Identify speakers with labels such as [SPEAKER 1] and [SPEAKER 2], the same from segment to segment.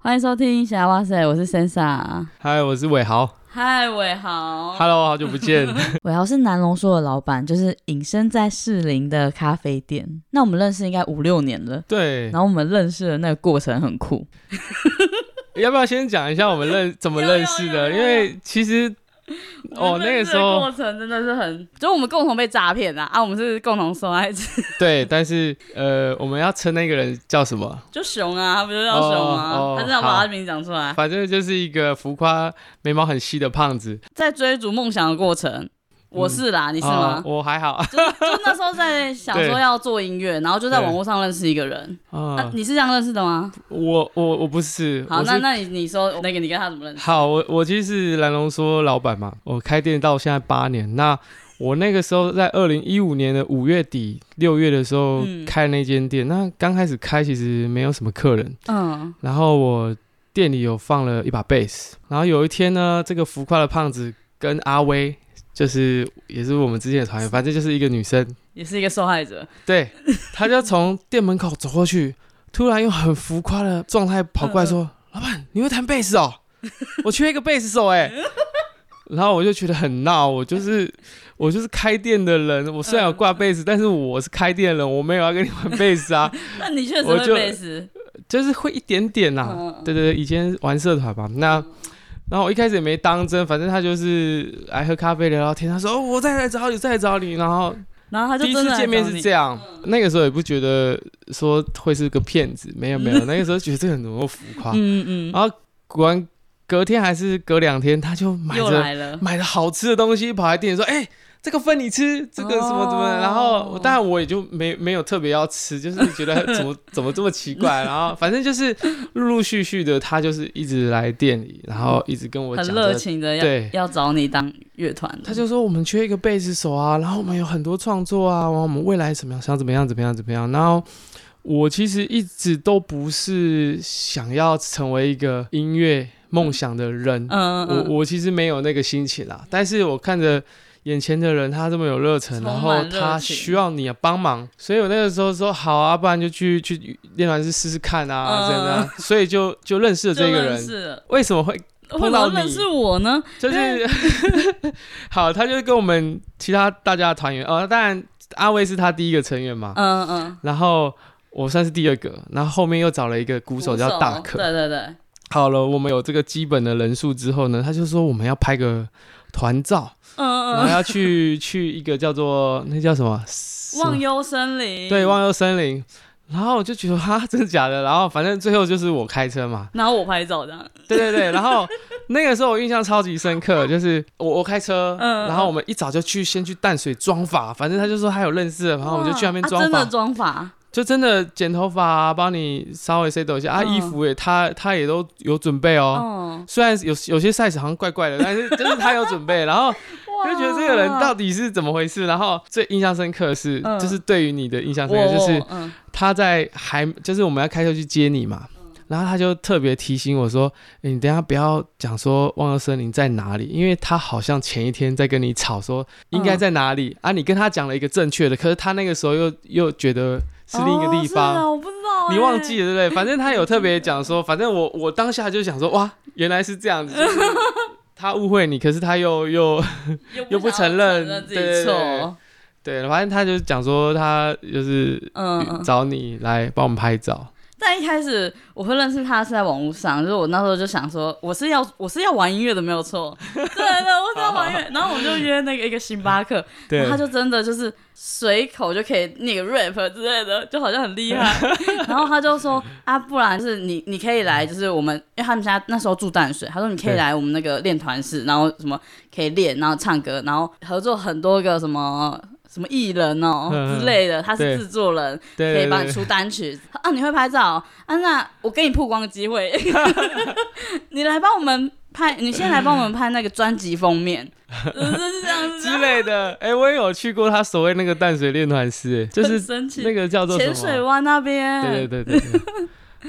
[SPEAKER 1] 欢迎收听《侠哇塞》，我是 Sensa。
[SPEAKER 2] 嗨，我是伟豪
[SPEAKER 1] 嗨，伟豪。
[SPEAKER 2] ，Hello，好久 不见。
[SPEAKER 1] 伟豪是南龙说的老板，就是隐身在士林的咖啡店。那我们认识应该五六年了，
[SPEAKER 2] 对
[SPEAKER 1] 然，后我们认识的那个过程很酷。
[SPEAKER 2] 要不要先讲一下我们 认怎么认识
[SPEAKER 1] 有有
[SPEAKER 2] 的？
[SPEAKER 1] 有有
[SPEAKER 2] 因为其实哦那个时候
[SPEAKER 1] 过程真的是很，就我们共同被诈骗啦，啊，我们是共同受害者，
[SPEAKER 2] 对，但是呃，我们要称那个人叫什么？
[SPEAKER 1] 就熊啊，他不就叫熊吗？
[SPEAKER 2] 哦哦
[SPEAKER 1] 他真的把
[SPEAKER 2] 好
[SPEAKER 1] 他名字讲出来，
[SPEAKER 2] 反正就是一个浮夸、眉毛很细的胖子。
[SPEAKER 1] 在追逐梦想的过程，我是啦，你
[SPEAKER 2] 你
[SPEAKER 1] 是吗？
[SPEAKER 2] 啊我还好。
[SPEAKER 1] 就那时候在想说
[SPEAKER 2] 对
[SPEAKER 1] 要做音乐，然后就在
[SPEAKER 2] 对
[SPEAKER 1] 网络上认识一个人。啊
[SPEAKER 2] 啊，，
[SPEAKER 1] 你是这样认识的吗？
[SPEAKER 2] 我我我不是，
[SPEAKER 1] 好，
[SPEAKER 2] 我
[SPEAKER 1] 那
[SPEAKER 2] 是
[SPEAKER 1] 那你你说那个你跟他怎么认识？
[SPEAKER 2] 好，我我其实是蓝龙说老板嘛，我开店到现在八年。那我那个时候在二零一五年的五月底六月的时候
[SPEAKER 1] 嗯
[SPEAKER 2] 开那间店，那刚开始开其实没有什么客人，
[SPEAKER 1] 嗯，
[SPEAKER 2] 然后我店里有放了一把贝斯，然后有一天呢，这个浮夸的胖子跟阿威，就是也是我们之前的团员，反正就是一个女生，
[SPEAKER 1] 也是一个受害者，
[SPEAKER 2] 对，她就从店门口走过去，突然用很浮夸的状态跑过来说：“老板，你会弹贝斯哦？我缺一个贝斯手哎、 然后我就觉得很闹，我就是我就是开店的人，我虽然有挂贝斯，但是我是开店的人，我没有要跟你玩贝斯啊，
[SPEAKER 1] 那你确实
[SPEAKER 2] 我
[SPEAKER 1] 会
[SPEAKER 2] 就
[SPEAKER 1] 贝斯，
[SPEAKER 2] 就是会一点点呐、
[SPEAKER 1] 嗯嗯
[SPEAKER 2] 对对对，以前玩社团嘛，那然后我一开始也没当真，反正他就是来喝咖啡聊聊天。他说：“哦，我再来找你，再来找你。”然后
[SPEAKER 1] 然后他就
[SPEAKER 2] 第一
[SPEAKER 1] 真的
[SPEAKER 2] 次
[SPEAKER 1] 来
[SPEAKER 2] 见面
[SPEAKER 1] 找
[SPEAKER 2] 是
[SPEAKER 1] 你
[SPEAKER 2] 这样，那个时候也不觉得说会是个骗子，没有 没有，那个时候觉得这个人怎么那么浮夸。
[SPEAKER 1] 嗯嗯
[SPEAKER 2] 然后果然隔天还是隔两天，他就
[SPEAKER 1] 嗯，
[SPEAKER 2] 买
[SPEAKER 1] 又
[SPEAKER 2] 着
[SPEAKER 1] 来了，
[SPEAKER 2] 买了好吃的东西，跑来店里说：“哎、这个分你吃，这个什么什么。
[SPEAKER 1] 哦
[SPEAKER 2] 然后我当然我也就没没有特别要吃，就是觉 得怎么怎么这么奇怪。然后反正就是陆陆续续的，他就是一直来店里，然后一直跟 我讲
[SPEAKER 1] 很
[SPEAKER 2] 着
[SPEAKER 1] 热情的要
[SPEAKER 2] 对，
[SPEAKER 1] 要找你当乐团的，
[SPEAKER 2] 他就说我们缺一个贝斯手啊，然后我们有很多创作啊，然后我们未来怎么样，想怎么样怎么样怎么样。然后我其实一直都不是想要成为一个音乐梦想的人，
[SPEAKER 1] 嗯嗯
[SPEAKER 2] 我
[SPEAKER 1] 嗯，
[SPEAKER 2] 我其实没有那个心情啦。但是我看着眼前的人，他这么有热忱，
[SPEAKER 1] 充满
[SPEAKER 2] 然后
[SPEAKER 1] 热
[SPEAKER 2] 他
[SPEAKER 1] 情
[SPEAKER 2] 需要你帮忙，所以我那个时候说好啊，不然就去去练团室试试看啊，
[SPEAKER 1] 嗯
[SPEAKER 2] 这样啊，所以就就认识了
[SPEAKER 1] 就
[SPEAKER 2] 这个
[SPEAKER 1] 认
[SPEAKER 2] 人。
[SPEAKER 1] 识了。
[SPEAKER 2] 为什么会
[SPEAKER 1] 为什
[SPEAKER 2] 碰到
[SPEAKER 1] 么认
[SPEAKER 2] 你
[SPEAKER 1] 识我呢？
[SPEAKER 2] 就是 好，他就跟我们其他大家的团员，哦，当然阿威是他第一个成员嘛，
[SPEAKER 1] 嗯嗯，
[SPEAKER 2] 然后我算是第二个，然后后面又找了一个鼓
[SPEAKER 1] 鼓
[SPEAKER 2] 手叫大可。
[SPEAKER 1] 对对对，
[SPEAKER 2] 好了，我们有这个基本的人数之后呢，他就说我们要拍个团照，
[SPEAKER 1] 嗯
[SPEAKER 2] 然后
[SPEAKER 1] 嗯
[SPEAKER 2] 要去去一个叫做那叫什么
[SPEAKER 1] 嗯，忘
[SPEAKER 2] 忧
[SPEAKER 1] 忧森林，
[SPEAKER 2] 对忘忧森林。然后我就觉得哈，真的假的？然后反正最后就是我开车嘛，
[SPEAKER 1] 然后我拍照这样，
[SPEAKER 2] 对对对，然后那个时候我印象超级深 刻，就是我我开车，
[SPEAKER 1] 嗯
[SPEAKER 2] 然后我们一早就去先去淡水妆发，反正他就说他有认识的，然后我们就去那边
[SPEAKER 1] 哇啊
[SPEAKER 2] 妆
[SPEAKER 1] 真
[SPEAKER 2] 发，
[SPEAKER 1] 的妆发，
[SPEAKER 2] 就真的剪头发、啊，帮你稍微 set 抖一下啊，
[SPEAKER 1] 嗯
[SPEAKER 2] 衣服也他他也都有准备哦。
[SPEAKER 1] 哦，
[SPEAKER 2] 虽然有有些 size 好像怪怪的，但是就是他有准备，然后
[SPEAKER 1] 哇
[SPEAKER 2] 就觉得这个人到底是怎么回事。然后最印象深刻的是，
[SPEAKER 1] 嗯
[SPEAKER 2] 就是对于你的印象深刻
[SPEAKER 1] 我
[SPEAKER 2] 就是
[SPEAKER 1] 我嗯
[SPEAKER 2] 他在还就是我们要开车去接你嘛，然后他就特别提醒我说：“诶你等一下不要讲说忘忧森林在哪里，因为他好像前一天在跟你吵说应该在哪
[SPEAKER 1] 嗯
[SPEAKER 2] 里、啊，你跟他讲了一个正确的，可是他那个时候又又觉得是另一个
[SPEAKER 1] 哦
[SPEAKER 2] 地
[SPEAKER 1] 是
[SPEAKER 2] 方。
[SPEAKER 1] 啊我不知道欸，
[SPEAKER 2] 你忘记了对不对？反正他有特别讲说，反正我我当下就想说，哇，原来是这样子，就是他误会你，可是他又又
[SPEAKER 1] 又
[SPEAKER 2] 又
[SPEAKER 1] 不
[SPEAKER 2] 不
[SPEAKER 1] 想
[SPEAKER 2] 承认
[SPEAKER 1] 承自
[SPEAKER 2] 对
[SPEAKER 1] 己
[SPEAKER 2] 对
[SPEAKER 1] 错，
[SPEAKER 2] 对，反正他就讲说他就是
[SPEAKER 1] 嗯，嗯
[SPEAKER 2] 找你来帮我们拍照，
[SPEAKER 1] 但一开始我会认识他是在网络上，就是我那时候就想说，我是要我是要玩音乐的，没有 错，对对，我是要玩音乐，然后我就约那个一个星巴克，然后他就真的就是随口就可以那个 rap 之类的，就好像很厉 害。然后他就说啊，不然就是你你可以来，就是我们因为他们家那时候住淡水，他说你可以
[SPEAKER 2] 对
[SPEAKER 1] 来我们那个练团室，然后什么可以练，然后唱歌，然后合作很多个什么。什么艺人哦
[SPEAKER 2] 嗯嗯
[SPEAKER 1] 之类的，他是
[SPEAKER 2] 对
[SPEAKER 1] 制作人，
[SPEAKER 2] 对
[SPEAKER 1] 可以
[SPEAKER 2] 对
[SPEAKER 1] 帮你
[SPEAKER 2] 对
[SPEAKER 1] 出单曲啊！你会拍照啊？那我给你曝光的机 会，你来帮我们拍，你先来帮我们拍那个专辑封面，就是这样子
[SPEAKER 2] 之，类的。哎、我也有去过他所谓那个淡水练团师，哎就
[SPEAKER 1] 很
[SPEAKER 2] 是
[SPEAKER 1] 神奇。
[SPEAKER 2] 那个叫做
[SPEAKER 1] 浅
[SPEAKER 2] 什么？啊
[SPEAKER 1] 水湾那边，
[SPEAKER 2] 对对对对 对。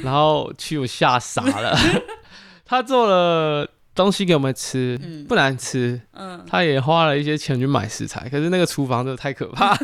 [SPEAKER 2] 然后去我吓傻了， 他做了东西给我们吃，
[SPEAKER 1] 嗯
[SPEAKER 2] 不难吃，
[SPEAKER 1] 嗯，
[SPEAKER 2] 他也花了一些钱去买食材，可是那个厨房真的太可怕。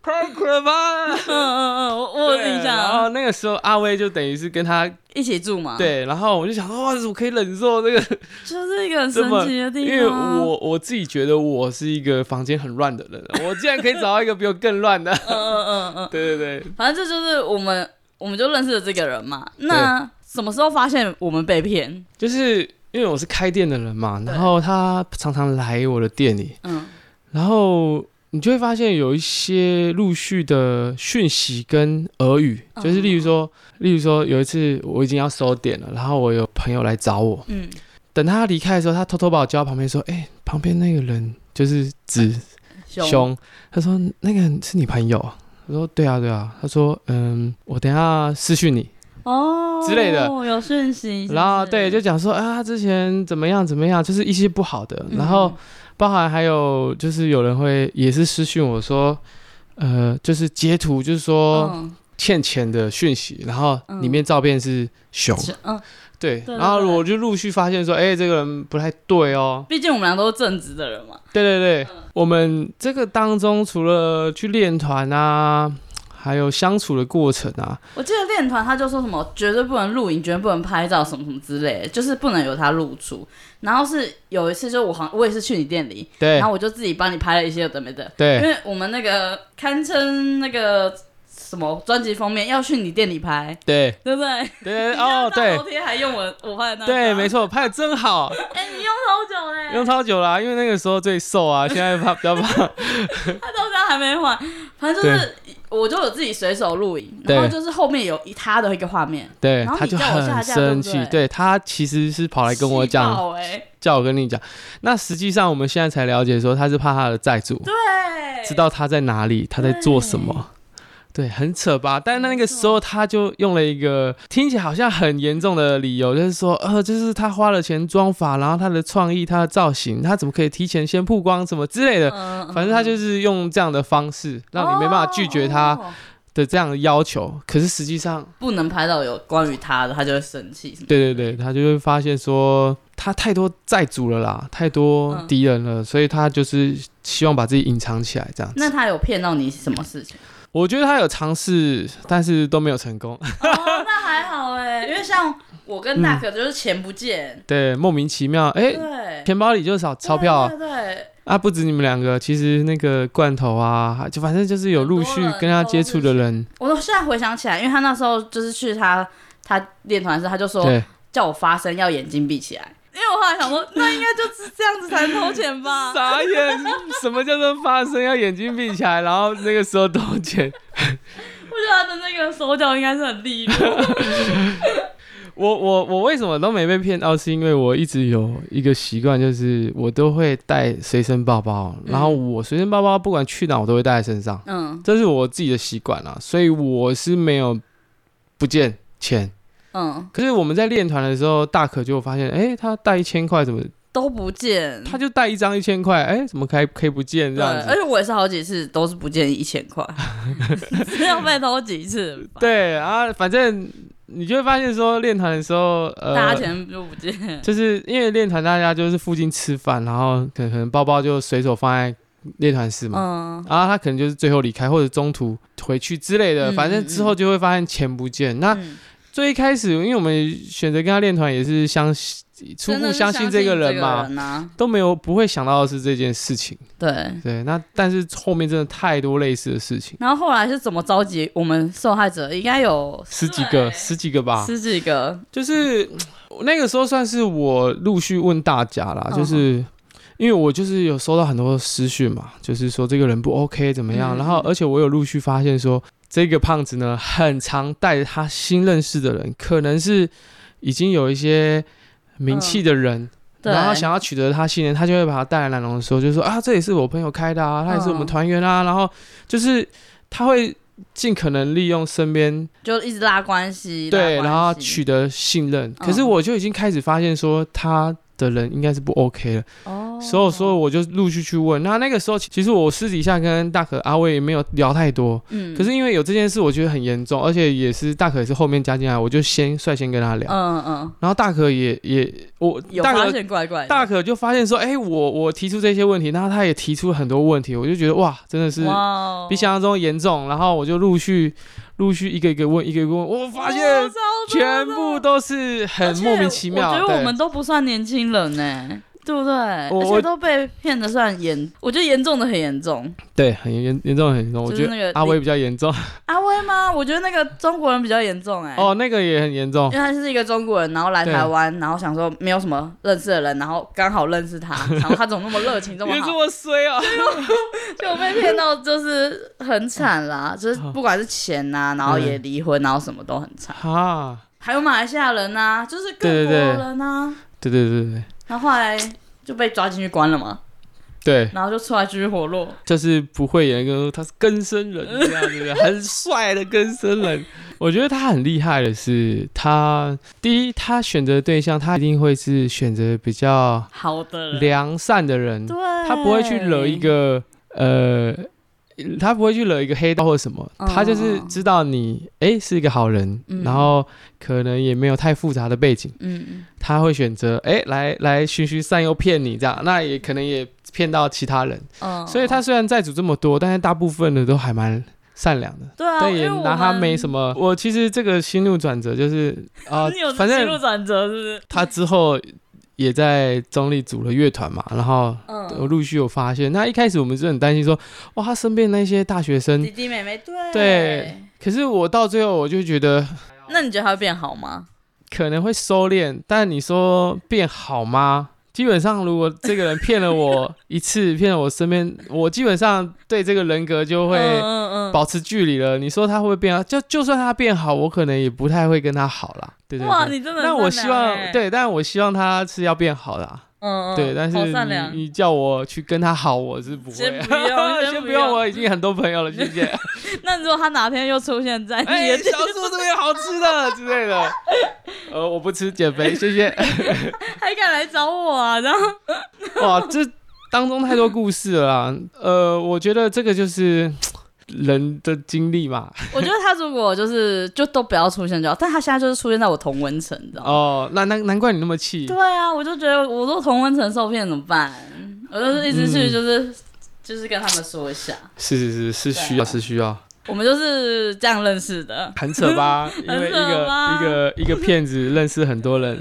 [SPEAKER 2] 太可了吧？
[SPEAKER 1] 嗯嗯嗯，我我有印
[SPEAKER 2] 对啊然
[SPEAKER 1] 象，
[SPEAKER 2] 后那个时候阿威就等于是跟他
[SPEAKER 1] 一起住嘛，，
[SPEAKER 2] 对，然后我就想说，哇，怎么可以忍 受这个？
[SPEAKER 1] 就是一个很
[SPEAKER 2] 这
[SPEAKER 1] 神
[SPEAKER 2] 么
[SPEAKER 1] 奇的地方。啊
[SPEAKER 2] 因为我我自己觉得我是一个房间很乱的人，我竟然可以找到一个比我更乱的。
[SPEAKER 1] 嗯嗯嗯嗯，
[SPEAKER 2] 对对对，
[SPEAKER 1] 反正这就是我们，我们就认识了这个人嘛。那什么时候发现我们被骗？
[SPEAKER 2] 就是因为我是开店的人嘛，
[SPEAKER 1] 对
[SPEAKER 2] 然后他常常来我的店里，
[SPEAKER 1] 嗯，
[SPEAKER 2] 然后你就会发现有一些陆续的讯息跟俄语，就是例如说，例如说有一次我已经要收点了，然后我有朋友来找我，
[SPEAKER 1] 嗯，
[SPEAKER 2] 等他离开的时候，他偷偷把我叫到旁边说：“哎、旁边那个人就是指
[SPEAKER 1] 凶，
[SPEAKER 2] 凶。”他说：“那个人是你朋友啊？”我说：“对啊，对啊。”他说：“嗯，我等一下私讯你。
[SPEAKER 1] 哦
[SPEAKER 2] 之类的
[SPEAKER 1] 有讯息是”不是，
[SPEAKER 2] 然后对，就讲说啊，他之前怎么样怎么样，就是一些不好的。
[SPEAKER 1] 嗯
[SPEAKER 2] 然后包含还有就是有人会也是私讯我说，呃，就是截图，就是说
[SPEAKER 1] 嗯
[SPEAKER 2] 欠钱的讯息，然后
[SPEAKER 1] 嗯
[SPEAKER 2] 里面照片是熊，
[SPEAKER 1] 是嗯，
[SPEAKER 2] 对。
[SPEAKER 1] 对
[SPEAKER 2] 然后
[SPEAKER 1] 对
[SPEAKER 2] 我就陆续发现说，哎，这个人不太对哦，
[SPEAKER 1] 毕竟我们俩都是正直的人嘛。
[SPEAKER 2] 对对
[SPEAKER 1] 嗯
[SPEAKER 2] 对，我们这个当中除了去练团啊，还有相处的过程啊，
[SPEAKER 1] 我记得练团他就说什么绝对不能录影，绝对不能拍照，什么什么之类的，就是不能有他露出。然后是有一次，就我好像我也是去你店里，
[SPEAKER 2] 对
[SPEAKER 1] 然后我就自己帮你拍了一些有的没的，因
[SPEAKER 2] 对
[SPEAKER 1] 为我们那个堪称那个什么专辑封面要去你店里拍，
[SPEAKER 2] 对
[SPEAKER 1] 对不对？你知
[SPEAKER 2] 对哦
[SPEAKER 1] 道大
[SPEAKER 2] 对
[SPEAKER 1] 头贴还用我我拍的那
[SPEAKER 2] 对，没
[SPEAKER 1] 错。
[SPEAKER 2] 错，拍的真好，
[SPEAKER 1] 哎、你用好久嘞、
[SPEAKER 2] 用超久啦、啊因为那个时候最瘦 啊，现在怕比较胖，
[SPEAKER 1] 他到现在还没换，反正就是我就有自己随手录影，然后
[SPEAKER 2] 对
[SPEAKER 1] 就是后面有一他的一个画面。
[SPEAKER 2] 对，
[SPEAKER 1] 然后
[SPEAKER 2] 他
[SPEAKER 1] 你
[SPEAKER 2] 就
[SPEAKER 1] 叫我下
[SPEAKER 2] 很
[SPEAKER 1] 架对不
[SPEAKER 2] 生气
[SPEAKER 1] 对，
[SPEAKER 2] 对他其实是跑来跟我
[SPEAKER 1] 气
[SPEAKER 2] 讲，
[SPEAKER 1] 爆哎、
[SPEAKER 2] 叫我跟你讲，那实际上我们现在才了解说他是怕他的债主，
[SPEAKER 1] 对，
[SPEAKER 2] 知道他在哪里，他在做什么。对，很扯吧？但那
[SPEAKER 1] 没
[SPEAKER 2] 个
[SPEAKER 1] 错
[SPEAKER 2] 时候他就用了一个听起来好像很严重的理由，就是说，呃，就是他花了钱装法，然后他的创意、他的造型，他怎么可以提前先曝光什么之类的？
[SPEAKER 1] 嗯，嗯
[SPEAKER 2] 反正他就是用这样的方式，让你没办法拒绝他
[SPEAKER 1] 哦
[SPEAKER 2] 的这样的要求。可是实际上，
[SPEAKER 1] 不能拍到有关于他的，他就会生气什么。
[SPEAKER 2] 对对对，他就会发现说他太多债主了啦，太多
[SPEAKER 1] 嗯
[SPEAKER 2] 敌人了，所以他就是希望把自己隐藏起来这样子。
[SPEAKER 1] 那他有骗到你什么事情？
[SPEAKER 2] 我觉得他有尝试，但是都没有成功。
[SPEAKER 1] 哦，那还好哎、因为像我跟大可就是钱不见，
[SPEAKER 2] 对，莫名其妙，哎、
[SPEAKER 1] 对，
[SPEAKER 2] 钱包里就少钞票啊
[SPEAKER 1] 对对对，
[SPEAKER 2] 啊！不止你们两个，其实那个罐头啊，就反正就是有陆
[SPEAKER 1] 很
[SPEAKER 2] 续
[SPEAKER 1] 多人
[SPEAKER 2] 跟他接触的人，
[SPEAKER 1] 我现在回想起来，因为他那时候就是去他他练团的时候，他就说
[SPEAKER 2] 对，
[SPEAKER 1] 叫我发声，要眼睛闭起来。因为我后来想说，那应该就是这样子才能投钱 吧。
[SPEAKER 2] 傻眼，什么叫做发生要眼睛闭起来，然后那个时候都钱。
[SPEAKER 1] 我觉得他的那个手脚应该是很利落。
[SPEAKER 2] 我我我为什么都没被骗到，是因为我一直有一个习惯，就是我都会带随身包包，
[SPEAKER 1] 嗯
[SPEAKER 2] 然后我随身包包不管去哪我都会带在身上，
[SPEAKER 1] 嗯
[SPEAKER 2] 这是我自己的习惯啦，所以我是没有不见钱。
[SPEAKER 1] 嗯，
[SPEAKER 2] 可是我们在练团的时候，大可就发现，哎、他带一千块怎么，
[SPEAKER 1] 都不见。
[SPEAKER 2] 他就带一张一千块，哎、怎么可以可以不见这
[SPEAKER 1] 对，
[SPEAKER 2] 样
[SPEAKER 1] 而
[SPEAKER 2] 子？
[SPEAKER 1] 且我也是好几次都是不见一千 块，只要被偷几次很烦，
[SPEAKER 2] 对啊，反正你就会发现说，练团的时候，呃，
[SPEAKER 1] 大家钱就不见。
[SPEAKER 2] 就是因为练团大家就是附近吃饭，然后可能可能包包就随手放在练团室嘛，
[SPEAKER 1] 嗯，
[SPEAKER 2] 然后他可能就是最后离开或者中途回去之类的，
[SPEAKER 1] 嗯
[SPEAKER 2] 反正之后就会发现钱不见。那
[SPEAKER 1] 嗯
[SPEAKER 2] 最一开始，因为我们选择跟他练团也是相初
[SPEAKER 1] 真
[SPEAKER 2] 步
[SPEAKER 1] 的是相
[SPEAKER 2] 信这个人嘛，
[SPEAKER 1] 人啊，
[SPEAKER 2] 都没有不会想到的是这件事情。
[SPEAKER 1] 对。
[SPEAKER 2] 对，那但是后面真的太多类似的事情，
[SPEAKER 1] 然后后来是怎么召集我们受害者？应该有
[SPEAKER 2] 十几个、
[SPEAKER 1] 对
[SPEAKER 2] 十几个吧，
[SPEAKER 1] 十几个，
[SPEAKER 2] 就是嗯那个时候算是我陆续问大家啦，
[SPEAKER 1] 嗯
[SPEAKER 2] 就是因为我就是有收到很多私讯嘛，就是说这个人不 OK 怎么样，
[SPEAKER 1] 嗯
[SPEAKER 2] 然后而且我有陆续发现说这个胖子呢，很常带着他新认识的人，可能是已经有一些名气的人。
[SPEAKER 1] 对，
[SPEAKER 2] 然后想要取得他信任，他就会把他带来南龙的时候，就说啊，这也是我朋友开的啊，他也是我们
[SPEAKER 1] 嗯
[SPEAKER 2] 团员啊，然后就是他会尽可能利用身边
[SPEAKER 1] 就一直拉关系，
[SPEAKER 2] 对，
[SPEAKER 1] 拉关系
[SPEAKER 2] 然后取得信任。可是
[SPEAKER 1] 嗯
[SPEAKER 2] 我就已经开始发现说他的人应该是不 OK 了，
[SPEAKER 1] 哦，
[SPEAKER 2] 所以所以我就陆续去问。那那个时候其其实我私底下跟大可阿威也没有聊太多，
[SPEAKER 1] 嗯，
[SPEAKER 2] 可是因为有这件事，我觉得很严重，而且也是大可也是后面加进来，我就先率先跟他聊。
[SPEAKER 1] 嗯嗯，
[SPEAKER 2] 然后大可也也我
[SPEAKER 1] 有
[SPEAKER 2] 大
[SPEAKER 1] 发
[SPEAKER 2] 可
[SPEAKER 1] 现怪怪的，
[SPEAKER 2] 大可就发现说，哎、我我提出这些问题，然后他也提出了很多问题，我就觉得哇，真的是
[SPEAKER 1] 哇哦，
[SPEAKER 2] 比想象中严重。然后我就陆续陆续一个一个问，一个一个问，我发
[SPEAKER 1] 哇
[SPEAKER 2] 现
[SPEAKER 1] 超多
[SPEAKER 2] 全
[SPEAKER 1] 的
[SPEAKER 2] 部都是很莫名其妙。
[SPEAKER 1] 而且我觉得我
[SPEAKER 2] 对
[SPEAKER 1] 们都不算年轻人呢、对不对？
[SPEAKER 2] 我
[SPEAKER 1] 而
[SPEAKER 2] 我
[SPEAKER 1] 且都被骗的算严，我觉得严重的很严重。
[SPEAKER 2] 对很严严重很严重，我
[SPEAKER 1] 就
[SPEAKER 2] 觉
[SPEAKER 1] 是
[SPEAKER 2] 得
[SPEAKER 1] 那个
[SPEAKER 2] 阿威比较严重
[SPEAKER 1] 阿威吗？我觉得那个中国人比较严重哎、
[SPEAKER 2] 哦，那个也很严重
[SPEAKER 1] 因为他是一个中国人，然后来
[SPEAKER 2] 对
[SPEAKER 1] 台湾，然后想说没有什么认识的人，然后刚好认识 他，然后他怎么那么热情，这么
[SPEAKER 2] 你
[SPEAKER 1] 好
[SPEAKER 2] 这，么衰 啊！
[SPEAKER 1] 就被骗到就是很惨啦，就是不管是钱呐、然后也离婚，然后什么都很惨。
[SPEAKER 2] 哈，
[SPEAKER 1] 还有马来西亚人呐、就是各
[SPEAKER 2] 对对
[SPEAKER 1] 国
[SPEAKER 2] 对
[SPEAKER 1] 人呐、
[SPEAKER 2] 对对对对
[SPEAKER 1] 然后后来就被抓进去关了嘛，
[SPEAKER 2] 对，
[SPEAKER 1] 然后就出来继续活络。
[SPEAKER 2] 就是不会演跟他是根生人这样子，很帅的根生 人。我觉得他很厉害的是，他第一，他选择对象，他一定会是选择比较
[SPEAKER 1] 好的人，
[SPEAKER 2] 良善的人，
[SPEAKER 1] 对，
[SPEAKER 2] 他不会去惹一个
[SPEAKER 1] 哎
[SPEAKER 2] 呃，他不会去惹一个黑道或什么，
[SPEAKER 1] 嗯
[SPEAKER 2] 他就是知道你哎、诶是一个好人，
[SPEAKER 1] 嗯
[SPEAKER 2] 然后可能也没有太复杂的背景，
[SPEAKER 1] 嗯，
[SPEAKER 2] 他会选择哎、诶来来循循善诱骗你这样，那也可能也骗到其他人，
[SPEAKER 1] 嗯，
[SPEAKER 2] 所以他虽然债主这么多，但是大部分的都还蛮善良的。
[SPEAKER 1] 对啊，
[SPEAKER 2] 对，
[SPEAKER 1] 因
[SPEAKER 2] 也
[SPEAKER 1] 为我
[SPEAKER 2] 拿他
[SPEAKER 1] 们
[SPEAKER 2] 没什么。我其实这个心路转折就是啊
[SPEAKER 1] 你有，
[SPEAKER 2] 反
[SPEAKER 1] 记录
[SPEAKER 2] 正
[SPEAKER 1] 转折是不是？
[SPEAKER 2] 他之后也在中立组了乐团嘛，然后我
[SPEAKER 1] 嗯，
[SPEAKER 2] 陆续有发现。那一开始我们就很担心说，哇，他身边那些大学生
[SPEAKER 1] 弟，弟妹妹，对
[SPEAKER 2] 对。可是我到最后我就觉得
[SPEAKER 1] 那你觉得他会变好吗？
[SPEAKER 2] 可能会收敛，但你说变好吗？基本上，如果这个人骗了我一次，骗了我身边， 我基本上对这个人格就
[SPEAKER 1] 嗯
[SPEAKER 2] 会
[SPEAKER 1] 嗯
[SPEAKER 2] 保持距离了。你说他会不会变好？就就算他变好，我可能也不太会跟他好啦。对
[SPEAKER 1] 嗯，
[SPEAKER 2] 对
[SPEAKER 1] 哇，
[SPEAKER 2] 对。
[SPEAKER 1] 你真的很
[SPEAKER 2] 那我
[SPEAKER 1] 善
[SPEAKER 2] 希
[SPEAKER 1] 良
[SPEAKER 2] 望
[SPEAKER 1] 欸，
[SPEAKER 2] 对，但我希望他是要变好的啊、
[SPEAKER 1] 嗯嗯，
[SPEAKER 2] 对，但
[SPEAKER 1] 好善
[SPEAKER 2] 是
[SPEAKER 1] 良
[SPEAKER 2] 你，你叫我去跟他好，我是不会。
[SPEAKER 1] 先 不用先
[SPEAKER 2] 先
[SPEAKER 1] 不
[SPEAKER 2] 不用，
[SPEAKER 1] 用
[SPEAKER 2] 我已经很多朋友了，谢 谢。
[SPEAKER 1] 那如果他哪天又出现在你
[SPEAKER 2] 哎，
[SPEAKER 1] 的地
[SPEAKER 2] 小叔这边有好吃的之类的。呃，我不吃，减肥，谢 谢。
[SPEAKER 1] 还敢来找我啊？然 后
[SPEAKER 2] 哇，这当中太多故事了啦。呃，我觉得这个就是人的经历嘛。
[SPEAKER 1] 我觉得他如果就是就都不要出现就好，但他现在就是出现在我同温层，你知道吗？
[SPEAKER 2] 哦，那难难怪你那么气。
[SPEAKER 1] 对啊，我就觉得我都同温层受骗怎么办？我就是一直去
[SPEAKER 2] 嗯
[SPEAKER 1] 就是就是跟他们说一下。
[SPEAKER 2] 是是是是需
[SPEAKER 1] 对
[SPEAKER 2] 要
[SPEAKER 1] 啊
[SPEAKER 2] 是需要，
[SPEAKER 1] 我们就是这样认识的
[SPEAKER 2] 很扯 吧？因为一
[SPEAKER 1] 扯
[SPEAKER 2] 个
[SPEAKER 1] 吧
[SPEAKER 2] 一个一个骗子认识很多 人。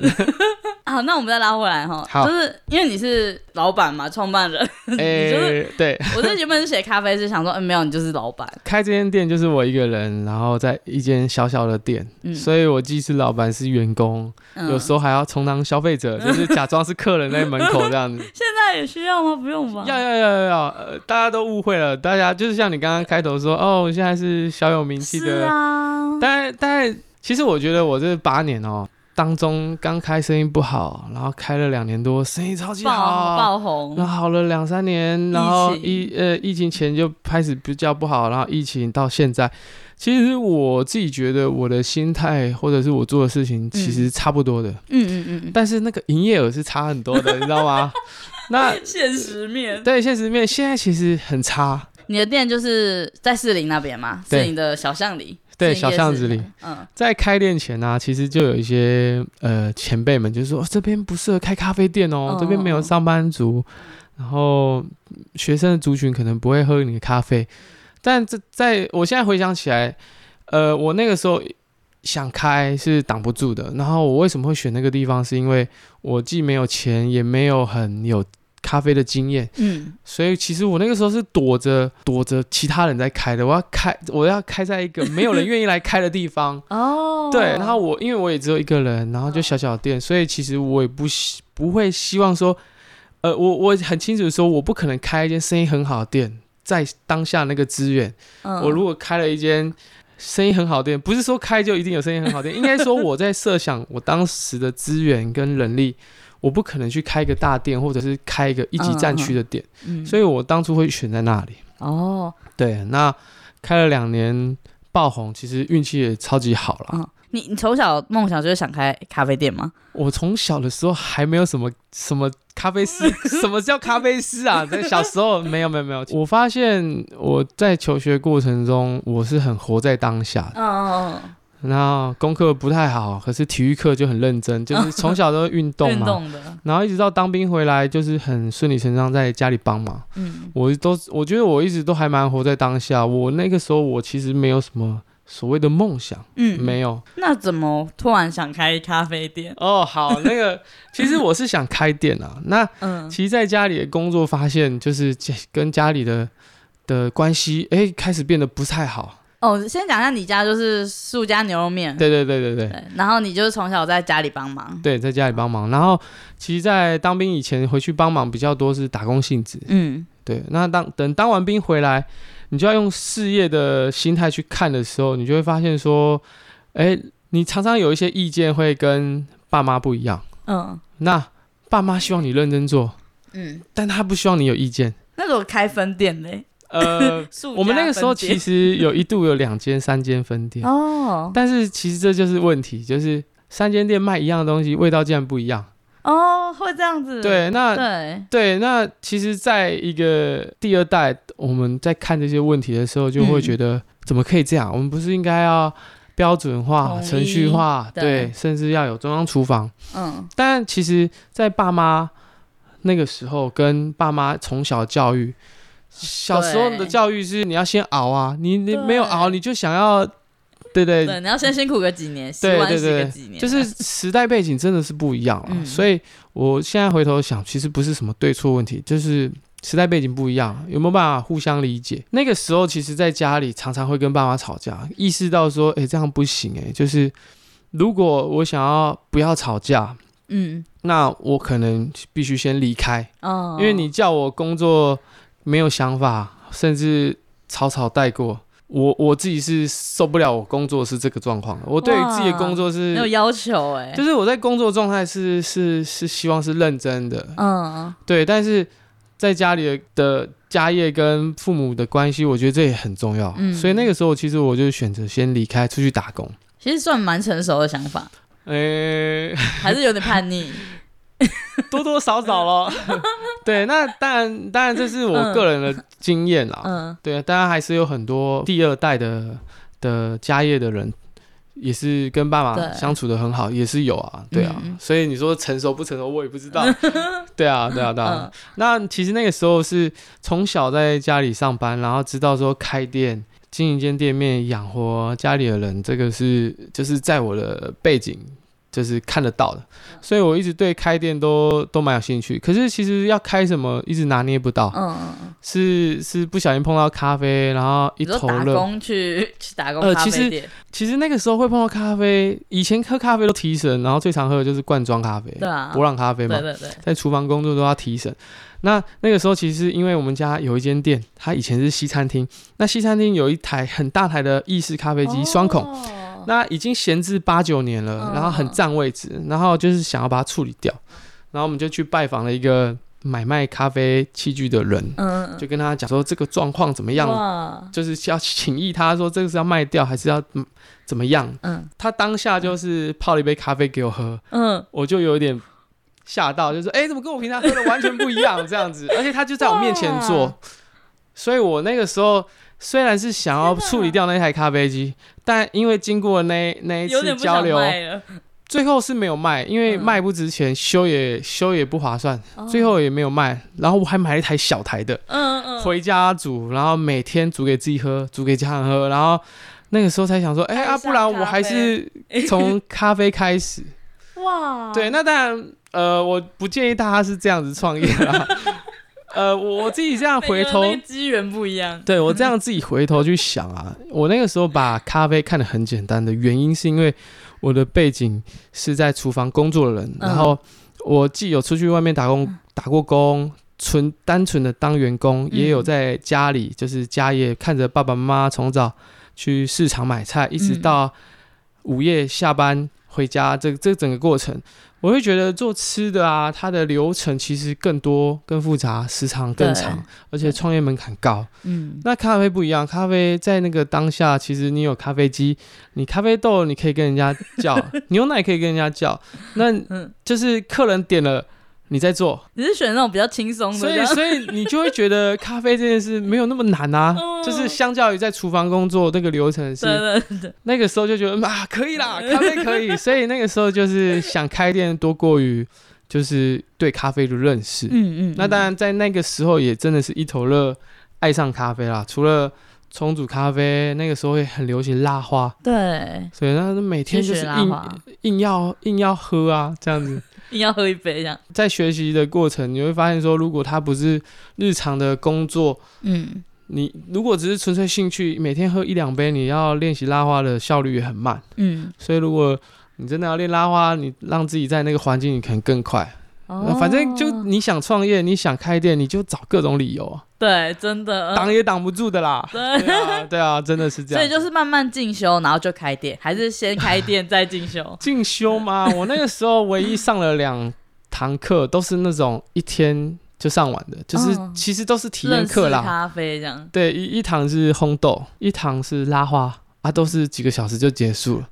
[SPEAKER 1] 啊。那我们再拉回来哈
[SPEAKER 2] 好，
[SPEAKER 1] 就是因为你是老板嘛，创办 人。
[SPEAKER 2] 哎，对，
[SPEAKER 1] 我这原本是写咖啡，是想说，嗯，没有，你就是老板。
[SPEAKER 2] 开这间店就是我一个人，然后在一间小小的店，
[SPEAKER 1] 嗯
[SPEAKER 2] 所以我既是老板是员工，
[SPEAKER 1] 嗯，
[SPEAKER 2] 有时候还要充当消 费者，就是假装是客人在门口这样子。
[SPEAKER 1] 现在也需要吗？不用吧。
[SPEAKER 2] 要要要要要，呃，大家都误会了，大家就是像你刚刚开头说，哦，我现在是小有名气
[SPEAKER 1] 是
[SPEAKER 2] 的，
[SPEAKER 1] 啊。
[SPEAKER 2] 但但其实我觉得我这八年哦，当中刚开生意不好，然后开了两年多，生意超级
[SPEAKER 1] 爆
[SPEAKER 2] 好。
[SPEAKER 1] 爆红
[SPEAKER 2] 那，好了两三年，然后
[SPEAKER 1] 嗯疫情
[SPEAKER 2] 疫呃疫情前就开始比较不好，然后疫情到现在，其实我自己觉得我的心态或者是我做的事情其实差不多的，
[SPEAKER 1] 嗯嗯嗯
[SPEAKER 2] 但是那个营业额是差很多的，你知道吗？ 那
[SPEAKER 1] 嗯，现实面。
[SPEAKER 2] 对现实面现在其实很差，
[SPEAKER 1] 你的店就是在士林那边嘛，
[SPEAKER 2] 对
[SPEAKER 1] 士林的小巷里，士林夜
[SPEAKER 2] 对
[SPEAKER 1] 市
[SPEAKER 2] 小巷子里。
[SPEAKER 1] 嗯，
[SPEAKER 2] 在开店前呢、其实就有一些呃前辈们就说、哦这边不适合开咖啡店哦，
[SPEAKER 1] 嗯
[SPEAKER 2] 这边没有上班族，然后嗯学生的族群可能不会喝你的咖啡。但这在我现在回想起来，呃，我那个时候想开是挡不住的。然后我为什么会选那个地方，是因为我既没有钱，也没有很有咖啡的经验，
[SPEAKER 1] 嗯，
[SPEAKER 2] 所以其实我那个时候是躲着躲着其他人在开的。我要开，我要开在一个没有人愿意来开的地方。
[SPEAKER 1] 哦，
[SPEAKER 2] 对，然后我因为我也只有一个人，然后就小小店，所以其实我也不希不会希望说，呃，我我很清楚地说，我不可能开一间生意很好的店，在当下那个资源，
[SPEAKER 1] 嗯
[SPEAKER 2] 我如果开了一间生意很好的店，不是说开就一定有生意很好的店，应该说我在设想我当时的资源跟人力，我不可能去开一个大店，或者是开一个一级战区的店，
[SPEAKER 1] 嗯
[SPEAKER 2] 所以我当初会选在那里。
[SPEAKER 1] 哦，
[SPEAKER 2] 对，那开了两年爆红，其实运气也超级好啦。
[SPEAKER 1] 嗯，你你从小梦想就是想开咖啡店吗？
[SPEAKER 2] 我从小的时候还没有什么什么咖 啡师，什么叫咖啡师啊？在小时候没有没有没有。我发现我在求学过程中，我是很活在当下的。
[SPEAKER 1] 嗯，
[SPEAKER 2] 然后功课不太好，可是体育课就很认真，就是从小都运 动
[SPEAKER 1] 运
[SPEAKER 2] 嘛。
[SPEAKER 1] 动的，
[SPEAKER 2] 然后一直到当兵回来，就是很顺理成章在家里帮忙。
[SPEAKER 1] 嗯
[SPEAKER 2] 我都我觉得我一直都还蛮活在当下。我那个时候我其实没有什么所谓的 梦想，
[SPEAKER 1] 嗯，
[SPEAKER 2] 没有。
[SPEAKER 1] 那怎么突然想开咖啡店？
[SPEAKER 2] 哦，好，那个其实我是想开店啊。那
[SPEAKER 1] 嗯
[SPEAKER 2] 其实在家里的工作发现，就是家跟家里的的关系，哎、开始变得不太好。
[SPEAKER 1] 哦，先讲一下你家就是素家牛肉面，
[SPEAKER 2] 对对对对对。
[SPEAKER 1] 嗯对，然后你就是从小在家里帮忙，
[SPEAKER 2] 对，在家里帮忙，然后其实，在当兵以前回去帮忙比较多是打工性质。
[SPEAKER 1] 嗯
[SPEAKER 2] 对，那当等当完兵回来，你就要用事业的心态去看的时候，你就会发现说，哎、你常常有一些意见会跟爸妈不一样。
[SPEAKER 1] 嗯
[SPEAKER 2] 那爸妈希望你认真做，
[SPEAKER 1] 嗯。
[SPEAKER 2] 但他不希望你有意见。
[SPEAKER 1] 那如果开分店嘞，
[SPEAKER 2] 呃，
[SPEAKER 1] 素
[SPEAKER 2] 我们那个时候其
[SPEAKER 1] 实
[SPEAKER 2] 实有一度有两间、三间分店，
[SPEAKER 1] 哦
[SPEAKER 2] 但是其实这就是问题，就是三间店卖一样东西，味道竟然不一样。
[SPEAKER 1] 哦会这样子，
[SPEAKER 2] 对，那
[SPEAKER 1] 对，
[SPEAKER 2] 对，那其实，在一个第二代，我们在看这些问题的时候，就会觉得、怎么可以这样？我们不是应该要标准化、
[SPEAKER 1] 统一
[SPEAKER 2] 程序化，
[SPEAKER 1] 对
[SPEAKER 2] 对，甚至要有中央厨房。
[SPEAKER 1] 嗯
[SPEAKER 2] 但其实，在爸妈那个时候，跟爸妈从小教育，小时候的教育是你要先熬啊，你你
[SPEAKER 1] 对
[SPEAKER 2] 没有熬，你就想要，对对
[SPEAKER 1] 对，你要先辛苦个几年，洗
[SPEAKER 2] 对
[SPEAKER 1] 碗
[SPEAKER 2] 对
[SPEAKER 1] 洗个
[SPEAKER 2] 对
[SPEAKER 1] 几年，
[SPEAKER 2] 就是时代背景真的是不一样了，
[SPEAKER 1] 嗯
[SPEAKER 2] 所以我现在回头想，其实不是什么对错问题，就是时代背景不一样，有没有办法互相理解？那个时候，其实在家里常常会跟爸妈吵架，意识到说，哎、这样不行、诶，哎，就是如果我想要不要吵架，
[SPEAKER 1] 嗯
[SPEAKER 2] 那我可能必须先离开，
[SPEAKER 1] 哦，
[SPEAKER 2] 因为你叫我工作没有想法，甚至草草带过。我我自己是受不了，我工作是这个状况的。我对于自己的
[SPEAKER 1] 哇
[SPEAKER 2] 工作是
[SPEAKER 1] 没有要求哎、
[SPEAKER 2] 就是我在工作状态是是是希望是认真的，
[SPEAKER 1] 嗯
[SPEAKER 2] 对，但是在家里的的家业跟父母的关系，我觉得这也很重要。
[SPEAKER 1] 嗯
[SPEAKER 2] 所以那个时候，其实我就选择先离开，出去打工。
[SPEAKER 1] 其实算蛮成熟的想法，
[SPEAKER 2] 诶、
[SPEAKER 1] 还是有点叛逆。
[SPEAKER 2] 多多少少咯。 对，那当然，当然这是我个人的经验啦。
[SPEAKER 1] 嗯，
[SPEAKER 2] 对，当然还是有很多第二代的的家业的人，也是跟爸
[SPEAKER 1] 对
[SPEAKER 2] 妈相处的很好，也是有啊，对啊。
[SPEAKER 1] 嗯
[SPEAKER 2] 所以你说成熟不成熟，我也不 知道。对啊，对啊，对啊。
[SPEAKER 1] 嗯
[SPEAKER 2] 那其实那个时候是从小在家里上班，然后知道说开店。经营一间店面养活家里的人，这个是就是在我的背景就是看得到的，
[SPEAKER 1] 嗯
[SPEAKER 2] 所以我一直对开店都都蛮有兴趣。可是其实要开什么，一直拿捏不到。
[SPEAKER 1] 嗯嗯，嗯
[SPEAKER 2] 是是不小心碰到咖啡，然后一
[SPEAKER 1] 你说
[SPEAKER 2] 头
[SPEAKER 1] 打
[SPEAKER 2] 热。
[SPEAKER 1] 工去去打工
[SPEAKER 2] 呃
[SPEAKER 1] 咖
[SPEAKER 2] 其
[SPEAKER 1] 啡
[SPEAKER 2] 实
[SPEAKER 1] 店，
[SPEAKER 2] 其实那个时候会碰到咖啡，以前喝咖啡都提神，然后最常喝的就是罐装咖啡、
[SPEAKER 1] 对啊，
[SPEAKER 2] 博朗咖啡
[SPEAKER 1] 对
[SPEAKER 2] 嘛，
[SPEAKER 1] 对对，
[SPEAKER 2] 在厨房工作都要提神。那那个时候其实因为我们家有一间店，它以前是西餐厅，那西餐厅有一台很大台的意式咖啡机，双孔。
[SPEAKER 1] 哦
[SPEAKER 2] 那已经闲置八九年
[SPEAKER 1] 嗯
[SPEAKER 2] 了，然后很占位置，然后就是想要把它处理掉，然后我们就去拜访了一个买卖咖啡器具的人，
[SPEAKER 1] 嗯，嗯
[SPEAKER 2] 就跟他讲说这个状况怎么样，
[SPEAKER 1] 哇，
[SPEAKER 2] 就是要请意他说这个是要卖掉还是要嗯怎么样？
[SPEAKER 1] 嗯
[SPEAKER 2] 他当下就是泡了一杯咖啡给我喝，
[SPEAKER 1] 嗯，
[SPEAKER 2] 我就有点吓到，就说：“哎、怎么跟我平常喝的完全不一样？”这样 子，而且他就在我面前
[SPEAKER 1] 哇
[SPEAKER 2] 做，所以我那个时候虽然是想要
[SPEAKER 1] 天哪
[SPEAKER 2] 处理掉那台咖啡机，但因为经过那那一
[SPEAKER 1] 有
[SPEAKER 2] 次
[SPEAKER 1] 点不
[SPEAKER 2] 交
[SPEAKER 1] 想
[SPEAKER 2] 流，
[SPEAKER 1] 卖了，
[SPEAKER 2] 最后是没有卖，因为
[SPEAKER 1] 嗯
[SPEAKER 2] 卖不值钱，修也修也不划算，
[SPEAKER 1] 哦
[SPEAKER 2] 最后也没有卖。然后我还买了一台小台的，
[SPEAKER 1] 嗯嗯，
[SPEAKER 2] 回家煮，然后每天煮给自己喝，煮给家人喝，然后那个时候才想说，哎、
[SPEAKER 1] 爱上
[SPEAKER 2] 啊，不然我还是从咖啡开始。
[SPEAKER 1] 哇，
[SPEAKER 2] 对，那当然，呃，我不建议大家是这样子创业啦。 呃，我我自己这样
[SPEAKER 1] 每个
[SPEAKER 2] 回
[SPEAKER 1] 人
[SPEAKER 2] 头，
[SPEAKER 1] 那个机缘不一样，
[SPEAKER 2] 对我这样自己回头去想啊，我那个时候把咖啡看得很简单的原因，是因为我的背景是在厨房工作的人，
[SPEAKER 1] 嗯
[SPEAKER 2] 然后我既有出去外面打工打过工，纯单纯的当员工，也
[SPEAKER 1] 嗯
[SPEAKER 2] 有在家里就是家业看着爸爸妈妈从早去市场买菜，一直
[SPEAKER 1] 嗯
[SPEAKER 2] 到午夜下班回家这这整个过程，我会觉得做吃的啊，它的流程其实更多、更复杂，时长更长，而且创业门槛高。
[SPEAKER 1] 嗯，
[SPEAKER 2] 那咖啡不一样，咖啡在那个当下，其实你有咖啡机，你咖啡豆你可以跟人家叫，牛奶可以跟人家 叫，那
[SPEAKER 1] 嗯
[SPEAKER 2] 就是客人点了。你在做，
[SPEAKER 1] 你是选那种比较轻松的，
[SPEAKER 2] 所
[SPEAKER 1] 这
[SPEAKER 2] 以
[SPEAKER 1] 样
[SPEAKER 2] 所以你就会觉得咖啡这件事没有那么难 啊，
[SPEAKER 1] 嗯
[SPEAKER 2] 就是相较于在厨房工作那个流程是
[SPEAKER 1] 对对对，
[SPEAKER 2] 那个时候就觉得嗯啊，可以啦，咖啡可以， 所以那个时候就是想开店多过于就是对咖啡的认识。
[SPEAKER 1] 嗯嗯，
[SPEAKER 2] 那当然，在那个时候也真的是一头热，爱上咖啡啦。除了冲煮咖啡，那个时候也很流行辣花，
[SPEAKER 1] 对，
[SPEAKER 2] 所以那每天就
[SPEAKER 1] 去
[SPEAKER 2] 是
[SPEAKER 1] 学拉
[SPEAKER 2] 硬
[SPEAKER 1] 花，
[SPEAKER 2] 硬要硬要喝啊，这样子。
[SPEAKER 1] 硬要喝一杯这样，
[SPEAKER 2] 在学习的过程，你会发现说，如果它不是日常的工作，
[SPEAKER 1] 嗯，
[SPEAKER 2] 你如果只是纯粹兴趣，每天喝一两杯，你要练习拉花的效率也很慢。
[SPEAKER 1] 嗯，
[SPEAKER 2] 所以如果你真的要练拉花，你让自己在那个环境，你可能更快。
[SPEAKER 1] 哦，
[SPEAKER 2] 反正就你想创业，你想开店，你就找各种理由啊，
[SPEAKER 1] 对，真的，
[SPEAKER 2] 挡也挡不住的啦。
[SPEAKER 1] 对，
[SPEAKER 2] 对啊，对啊，真的是这
[SPEAKER 1] 所
[SPEAKER 2] 样。
[SPEAKER 1] 以就是慢慢进修，然后就开店，还是先开店再进修？
[SPEAKER 2] 进 修吗？我那个时候唯一上了两堂课，都是那种一天就上完的，就是
[SPEAKER 1] 嗯
[SPEAKER 2] 其实都是体验
[SPEAKER 1] 认识
[SPEAKER 2] 课啦。
[SPEAKER 1] 咖啡这样，
[SPEAKER 2] 对，一一堂是烘豆，一堂是拉花，啊，都是几个小时就结束了。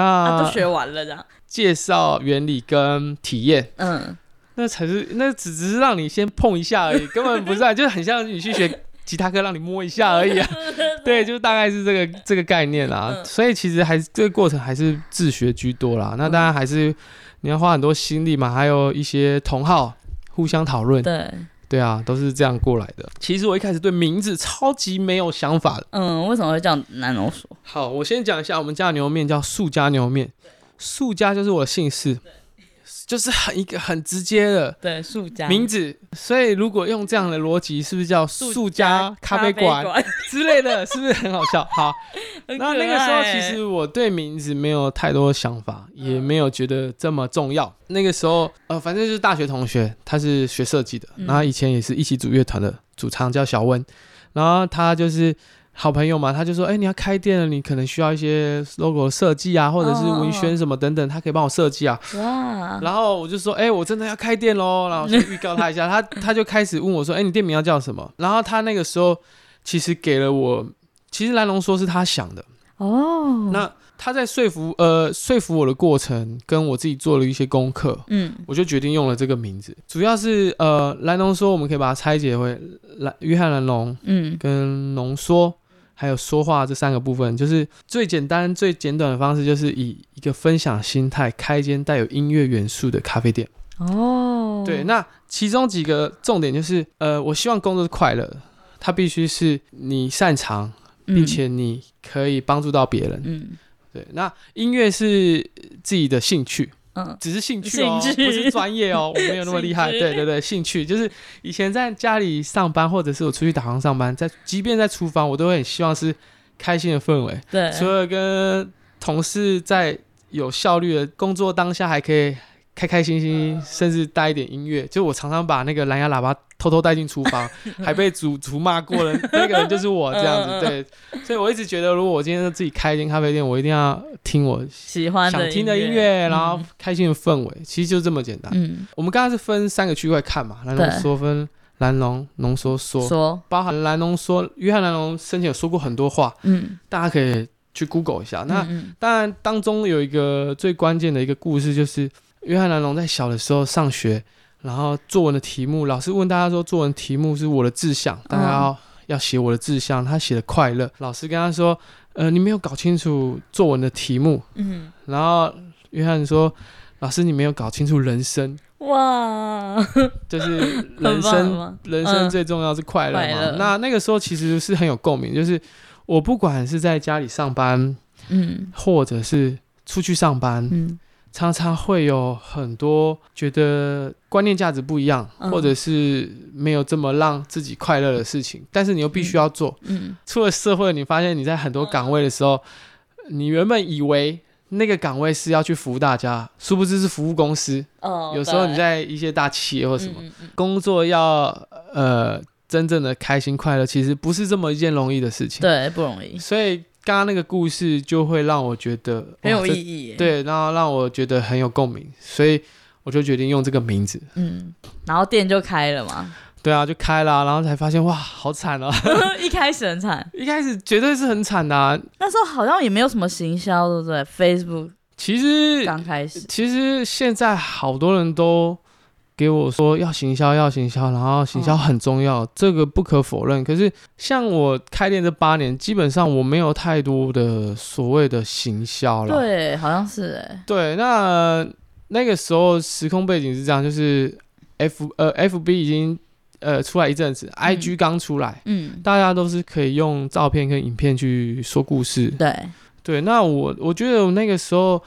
[SPEAKER 1] 啊，
[SPEAKER 2] 那
[SPEAKER 1] 都学完了这样，
[SPEAKER 2] 介绍原理跟体验，
[SPEAKER 1] 嗯，
[SPEAKER 2] 那才是那只只是让你先碰一下而已，根本 不是啊，就是很像你去学吉他课，让你摸一下而已啊。对，就大概是这个这个概念啦。
[SPEAKER 1] 嗯
[SPEAKER 2] 所以其实还是这个过程还是自学居多啦。那当然还是你要花很多心力嘛，还有一些同好互相讨论。
[SPEAKER 1] 对，
[SPEAKER 2] 对啊，都是这样过来的。其实我一开始对名字超级没有想法的。
[SPEAKER 1] 嗯，为什么会叫南浓锁？
[SPEAKER 2] 好，我先讲一下我们家的牛肉面叫素家牛肉面，素家就是我的姓氏，就是很一个很直接的。
[SPEAKER 1] 对，素家
[SPEAKER 2] 名字，所以如果用这样的逻辑，是不是叫
[SPEAKER 1] 素
[SPEAKER 2] 素家咖 啡馆 之类的？是不是很好笑？好，
[SPEAKER 1] 很可
[SPEAKER 2] 那
[SPEAKER 1] 爱
[SPEAKER 2] 那个时候其实我对名字没有太多想法，也没有觉得这么重要。那个时候，呃，反正就是大学同学，他是学设计的，
[SPEAKER 1] 嗯
[SPEAKER 2] 然后以前也是一起组乐团的，主唱叫小温，然后他就是。好朋友嘛，他就说：“哎、你要开店了，你可能需要一些 logo 设计啊，或者是
[SPEAKER 1] 哦哦哦
[SPEAKER 2] 文宣什么等等，他可以帮我设计啊。”
[SPEAKER 1] 哇，
[SPEAKER 2] 然后我就说，哎、我真的要开店喽，然后我就预告他一下，他 他就开始问我说，哎、你店名要叫什么？然后他那个时候其实给了我，其实蓝龙说是他想的，
[SPEAKER 1] 哦，
[SPEAKER 2] 那他在说服呃说服我的过程，跟我自己做了一些功课，
[SPEAKER 1] 嗯
[SPEAKER 2] 我就决定用了这个名字，主要是呃蓝龙说我们可以把它拆解为蓝约翰蓝龙
[SPEAKER 1] 嗯
[SPEAKER 2] 跟浓缩。还有说话这三个部分，就是最简单、最简短的方式，就是以一个分享心态开一间带有音乐元素的咖啡店。
[SPEAKER 1] 哦，
[SPEAKER 2] 对，那其中几个重点就是，呃，我希望工作是快乐的，它必须是你擅长，并
[SPEAKER 1] 嗯
[SPEAKER 2] 且你可以帮助到别人。
[SPEAKER 1] 嗯
[SPEAKER 2] 对，那音乐是自己的兴趣，
[SPEAKER 1] 嗯
[SPEAKER 2] 只是兴趣哦，
[SPEAKER 1] 兴趣
[SPEAKER 2] 不是专业 哦，我没有那么厉害。
[SPEAKER 1] 兴趣
[SPEAKER 2] 对对对，兴趣就是以前在家里上班，或者是我出去打工上班，在即便在厨房，我都会很希望是开心的氛围，
[SPEAKER 1] 对，
[SPEAKER 2] 除了跟同事在有效率的工作当下，还可以开开心心，甚至带一点音乐。就我常常把那个蓝牙喇叭偷偷带进厨 房，还被主厨骂过了，那个人就是我这样子。对，所以我一直觉得，如果我今天自己开一间咖啡店，我一定要听我
[SPEAKER 1] 喜欢
[SPEAKER 2] 想听的音乐，然后开心的氛围，其实就这么简单。
[SPEAKER 1] 嗯
[SPEAKER 2] 我们刚刚是分三个区块看嘛，蓝龙
[SPEAKER 1] 对
[SPEAKER 2] 说分蓝龙浓缩
[SPEAKER 1] 嗯
[SPEAKER 2] 说，
[SPEAKER 1] 说
[SPEAKER 2] 包含蓝龙说，约翰蓝龙生前有说过很多话，
[SPEAKER 1] 嗯
[SPEAKER 2] 大家可以去 Google 一下。那、
[SPEAKER 1] 嗯
[SPEAKER 2] 当然，当中有一个最关键的一个故事，就是约翰·兰龙在小的时候上学，然后作文的题目，老师问大家说，作文题目是我的志向，大家要、要写我的志向。他写的快乐，老师跟他说，呃，你没有搞清楚作文的题目。
[SPEAKER 1] 嗯
[SPEAKER 2] 然后约翰说，老师你没有搞清楚人生，
[SPEAKER 1] 嗯哇，
[SPEAKER 2] 就是人
[SPEAKER 1] 很棒
[SPEAKER 2] 生
[SPEAKER 1] 很棒
[SPEAKER 2] 人生
[SPEAKER 1] 嗯
[SPEAKER 2] 最重要是快乐嘛。
[SPEAKER 1] 快乐
[SPEAKER 2] 那那个时候其实是很有共鸣，就是我不管是在家里上班，
[SPEAKER 1] 嗯
[SPEAKER 2] 或者是出去上班，
[SPEAKER 1] 嗯
[SPEAKER 2] 常常会有很多觉得观念价值不一样，
[SPEAKER 1] 嗯
[SPEAKER 2] 或者是没有这么让自己快乐的事情，但是你又必须要做。
[SPEAKER 1] 嗯
[SPEAKER 2] 出了社会，你发现你在很多岗位的时候，你原本以为。那个岗位是要去服务大家，殊不知是服务公司。
[SPEAKER 1] 哦，
[SPEAKER 2] 有时候
[SPEAKER 1] 对
[SPEAKER 2] 你在一些大企业或什么、
[SPEAKER 1] 嗯嗯
[SPEAKER 2] 工作要，呃，真正的开心快乐，其实不是这么一件容易的事
[SPEAKER 1] 嗯
[SPEAKER 2] 情。
[SPEAKER 1] 对，不容易，
[SPEAKER 2] 所以刚刚那个故事就会让我觉得
[SPEAKER 1] 很有
[SPEAKER 2] 哇
[SPEAKER 1] 意
[SPEAKER 2] 这
[SPEAKER 1] 义耶。
[SPEAKER 2] 对，然后让我觉得很有共鸣，所以我就决定用这个名字。
[SPEAKER 1] 嗯，然后店就开了嘛，
[SPEAKER 2] 对啊，就开啦，然后才发现哇，好惨啊！
[SPEAKER 1] 一开始很惨，
[SPEAKER 2] 一开始绝对是很惨的、啊。
[SPEAKER 1] 那时候好像也没有什么行销，对不对？Facebook
[SPEAKER 2] 其实
[SPEAKER 1] 刚开始，
[SPEAKER 2] 其实现在好多人都给我说要行销，要行销，然后行销
[SPEAKER 1] 嗯
[SPEAKER 2] 很重要，这个不可否认。可是像我开店这八年，基本上我没有太多的所谓的行销了。
[SPEAKER 1] 对，好像是哎，
[SPEAKER 2] 对，那那个时候时空背景是这样，就是 F 呃 FB 已经呃出来一阵子，IG 刚出来。
[SPEAKER 1] 嗯，
[SPEAKER 2] 大家都是可以用照片跟影片去说故事，
[SPEAKER 1] 对，
[SPEAKER 2] 对，那我我觉得我那个时候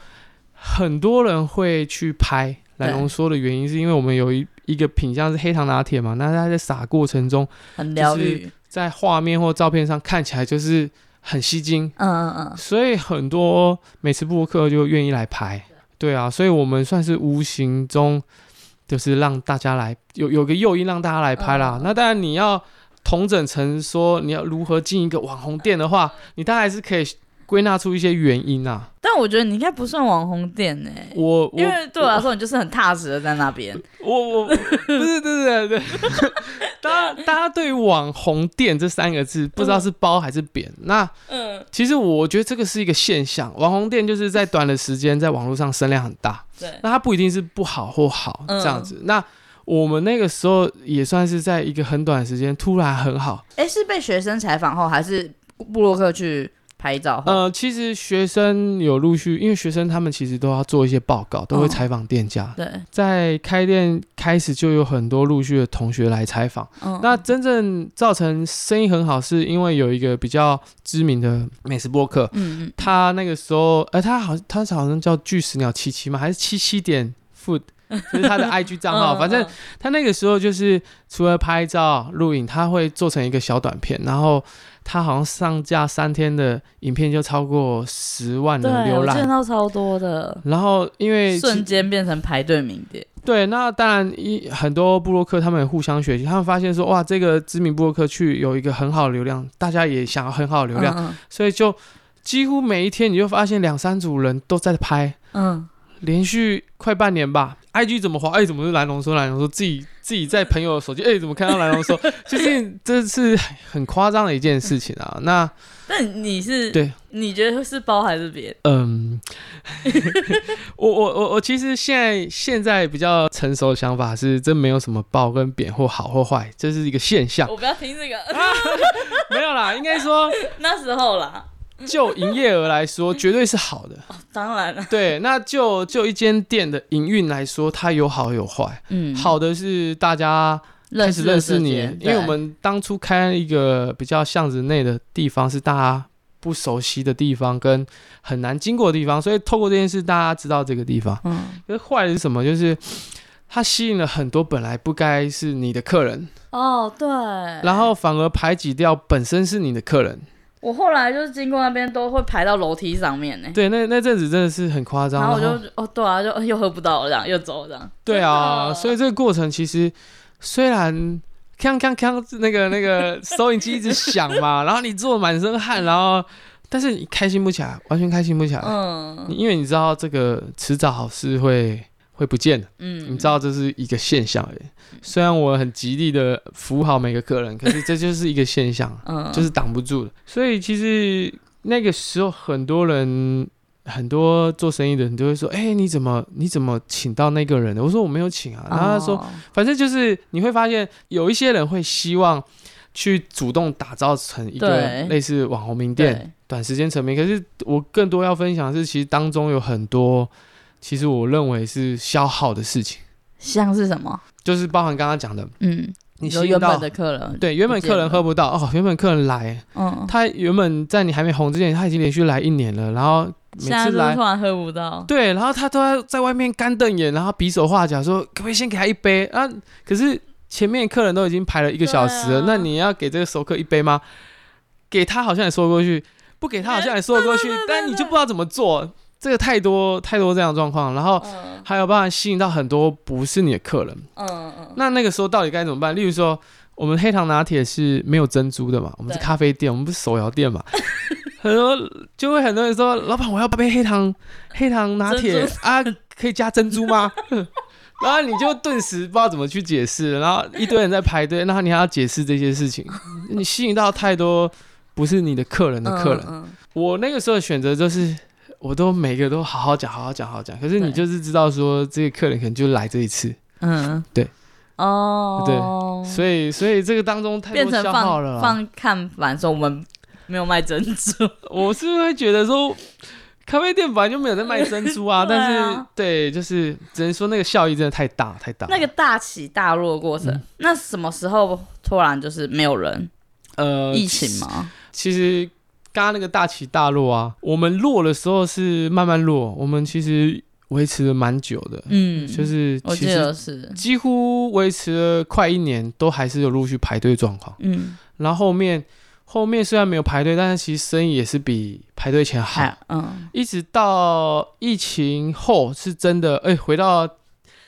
[SPEAKER 2] 很多人会去拍
[SPEAKER 1] 对
[SPEAKER 2] 蓝浓缩的原因，是因为我们有一一个品相是黑糖拿铁嘛，那它在撒过程中，
[SPEAKER 1] 很疗愈，
[SPEAKER 2] 在画面或照片上看起来就是很吸睛，
[SPEAKER 1] 嗯嗯嗯，
[SPEAKER 2] 所以很多美食布洛克就愿意来拍。对啊，所以我们算是无形中就是让大家来有有个诱因让大家来拍啦。
[SPEAKER 1] 嗯
[SPEAKER 2] 那当然你要统整成说你要如何进一个网红店的话，你大概是可以归纳出一些原因啊。
[SPEAKER 1] 但我觉得你应该不算网红店哎，
[SPEAKER 2] 我我
[SPEAKER 1] 因为对我来说，你就是很踏实的在那边，
[SPEAKER 2] 我 我不是对对对对，大家大家对于网红店这三个字不知道是褒还是贬。那
[SPEAKER 1] 嗯，
[SPEAKER 2] 其实我觉得这个是一个现象，网红店就是在短的时间在网络上声量很大，
[SPEAKER 1] 对，
[SPEAKER 2] 那它不一定是不好或好
[SPEAKER 1] 嗯
[SPEAKER 2] 这样子。那我们那个时候也算是在一个很短的时间突然很好。
[SPEAKER 1] 哎，是被学生采访后，还是布洛克去拍照后？
[SPEAKER 2] 呃，其实学生有陆续，因为学生他们其实都要做一些报告，都会
[SPEAKER 1] 嗯
[SPEAKER 2] 采访店家。
[SPEAKER 1] 对，
[SPEAKER 2] 在开店开始就有很多陆续的同学来采访。
[SPEAKER 1] 嗯，
[SPEAKER 2] 那真正造成生意很好，是因为有一个比较知名的美食播客，
[SPEAKER 1] 嗯嗯，
[SPEAKER 2] 他那个时候，呃，他好像他好像叫巨石鸟七七嘛，还是七七点 food，就 是他的 IG 账号。
[SPEAKER 1] 嗯
[SPEAKER 2] 反正
[SPEAKER 1] 嗯
[SPEAKER 2] 他那个时候就是除了拍照、录影，他会做成一个小短片，然后他好像上架三天的影片就超过十万的
[SPEAKER 1] 对
[SPEAKER 2] 浏
[SPEAKER 1] 我见
[SPEAKER 2] 览。
[SPEAKER 1] 到超多的，
[SPEAKER 2] 然后因为
[SPEAKER 1] 瞬间变成排队名店，
[SPEAKER 2] 对，那当然一很多布洛克他们也互相学习，他们发现说哇，这个知名布洛克去有一个很好的流量，大家也想要很好的流量，
[SPEAKER 1] 嗯
[SPEAKER 2] 所以就几乎每一天你就发现两三组人都在拍，
[SPEAKER 1] 嗯，
[SPEAKER 2] 连续快半年吧。IG 怎么滑？哎、怎么是蓝龙说蓝龙说自己自己在朋友的手机，哎、怎么看到蓝龙说？ 就是这是很夸张的一件事情啊。那
[SPEAKER 1] 但你是
[SPEAKER 2] 对，
[SPEAKER 1] 你觉得是包还是别的？
[SPEAKER 2] 嗯，我我我我其实现在现在比较成熟的想法是，真没有什么褒跟贬或好或坏，这是一个现象。
[SPEAKER 1] 我不要听这个，
[SPEAKER 2] 没有啦，应该说
[SPEAKER 1] 那时候啦，
[SPEAKER 2] 就营业额来说，绝对是好的。
[SPEAKER 1] 当然了，
[SPEAKER 2] 对，那就就一间店的营运来说，它有好有坏。
[SPEAKER 1] 嗯，
[SPEAKER 2] 好的是大家开始认识你，因为我们当初开一个比较巷子内的地方，是大家不熟悉的地方跟很难经过的地方，所以透过这件事，大家知道这个地方。
[SPEAKER 1] 嗯，
[SPEAKER 2] 可是坏的是什么？就是它吸引了很多本来不该是你的客人，
[SPEAKER 1] 哦，对，
[SPEAKER 2] 然后反而排挤掉本身是你的客人。
[SPEAKER 1] 我后来就是经过那边都会排到楼梯上面呢，
[SPEAKER 2] 对，那那阵子真的是很夸张。
[SPEAKER 1] 然后我
[SPEAKER 2] 然后
[SPEAKER 1] 就哦，对啊，就呃又喝不到了，这样又走了这 样，
[SPEAKER 2] 对
[SPEAKER 1] 真
[SPEAKER 2] 啊，
[SPEAKER 1] 的
[SPEAKER 2] 所以这个过程其实虽然。锵锵锵，那个那 个收音机一直响嘛，然后你做满身汗，然后但是你开心不起来，完全开心不起来，
[SPEAKER 1] 嗯
[SPEAKER 2] 你因为你知道这个迟早是会会不见的。
[SPEAKER 1] 嗯，，
[SPEAKER 2] 你知道这是一个现象而已，虽然我很极力的服务好每个客人，可是这就是一个现象
[SPEAKER 1] 嗯，
[SPEAKER 2] 就是挡不住的。所以其实那个时候很多人，很多做生意的人都会说：“哎、你怎么你怎么请到那个人的？”我说：“我没有请啊。”然后他说：“
[SPEAKER 1] 哦
[SPEAKER 2] 反正就是你会发现有一些人会希望去主动打造成一个
[SPEAKER 1] 对
[SPEAKER 2] 类似网红名店，
[SPEAKER 1] 对，
[SPEAKER 2] 短时间成名。可是我更多要分享的是，其实当中有很多，其实我认为是消耗的事情，
[SPEAKER 1] 像是什么？
[SPEAKER 2] 就是包含刚刚讲的，
[SPEAKER 1] 嗯，
[SPEAKER 2] 你吸
[SPEAKER 1] 说
[SPEAKER 2] 引
[SPEAKER 1] 原
[SPEAKER 2] 到
[SPEAKER 1] 本的客人，
[SPEAKER 2] 对原本客人喝不到哦，原本客人来，
[SPEAKER 1] 嗯，
[SPEAKER 2] 他原本在你还没红之前，他已经连续来一年了，然后每
[SPEAKER 1] 现在
[SPEAKER 2] 次
[SPEAKER 1] 就是
[SPEAKER 2] 来
[SPEAKER 1] 突。然喝不到，
[SPEAKER 2] 对，然后他都要在外面干瞪眼，然后比手画脚说可不可以先给他一杯啊？可是前面客人都已经排了一个小时
[SPEAKER 1] 对
[SPEAKER 2] 了，
[SPEAKER 1] 啊
[SPEAKER 2] 那你要给这个熟客一杯吗？给他好像也说得过去，不给他好像也说得过去，但你就不知道怎么做，这个太多太多这样的状况，然后
[SPEAKER 1] 嗯
[SPEAKER 2] 还有办法吸引到很多不是你的客人。
[SPEAKER 1] 嗯嗯，
[SPEAKER 2] 那那个时候到底该怎么办？例如说，我们黑糖拿铁是没有珍珠的嘛，我们是
[SPEAKER 1] 对
[SPEAKER 2] 咖啡店，我们不是手摇店嘛。很多就会很多人说，老板我要八杯黑糖黑糖拿铁
[SPEAKER 1] 珍
[SPEAKER 2] 啊，可以加珍珠吗？ 然后你就顿时不知道怎么去解释，然后一堆人在排队，然后你还要解释这些事情，你吸引到太多不是你的客人的客人。
[SPEAKER 1] 嗯嗯
[SPEAKER 2] 我那个时候的选择就是，我都每个都好好讲，好好讲，好好讲。可是你
[SPEAKER 1] 对
[SPEAKER 2] 就是知道说，这个客人可能就来这一次，
[SPEAKER 1] 嗯，
[SPEAKER 2] 对，
[SPEAKER 1] 哦，
[SPEAKER 2] 所以所以这个当中太
[SPEAKER 1] 变
[SPEAKER 2] 多
[SPEAKER 1] 成
[SPEAKER 2] 消耗了
[SPEAKER 1] 放
[SPEAKER 2] 啦。
[SPEAKER 1] 放看板说我们没有卖珍 珠，
[SPEAKER 2] 我是会觉得说，咖啡店本来就没有在卖珍珠 啊，
[SPEAKER 1] 对啊
[SPEAKER 2] 但是对，就是只能说那个效益真的太大太大。
[SPEAKER 1] 那个大起大落的过程，
[SPEAKER 2] 嗯
[SPEAKER 1] 那什么时候突然就是没有人？
[SPEAKER 2] 呃
[SPEAKER 1] 疫情嘛，
[SPEAKER 2] 其实刚刚那个大起大落啊，我们落的时候是慢慢落，我们其实维持了蛮久的，
[SPEAKER 1] 嗯，
[SPEAKER 2] 就是
[SPEAKER 1] 我
[SPEAKER 2] 其
[SPEAKER 1] 记
[SPEAKER 2] 实
[SPEAKER 1] 得是，
[SPEAKER 2] 几乎维持了快一年，都还是有陆续排队状况。
[SPEAKER 1] 嗯，
[SPEAKER 2] 然后后面后面虽然没有排队，但是其实生意也是比排队前好。
[SPEAKER 1] 还嗯
[SPEAKER 2] 一直到疫情后是真的，哎、回到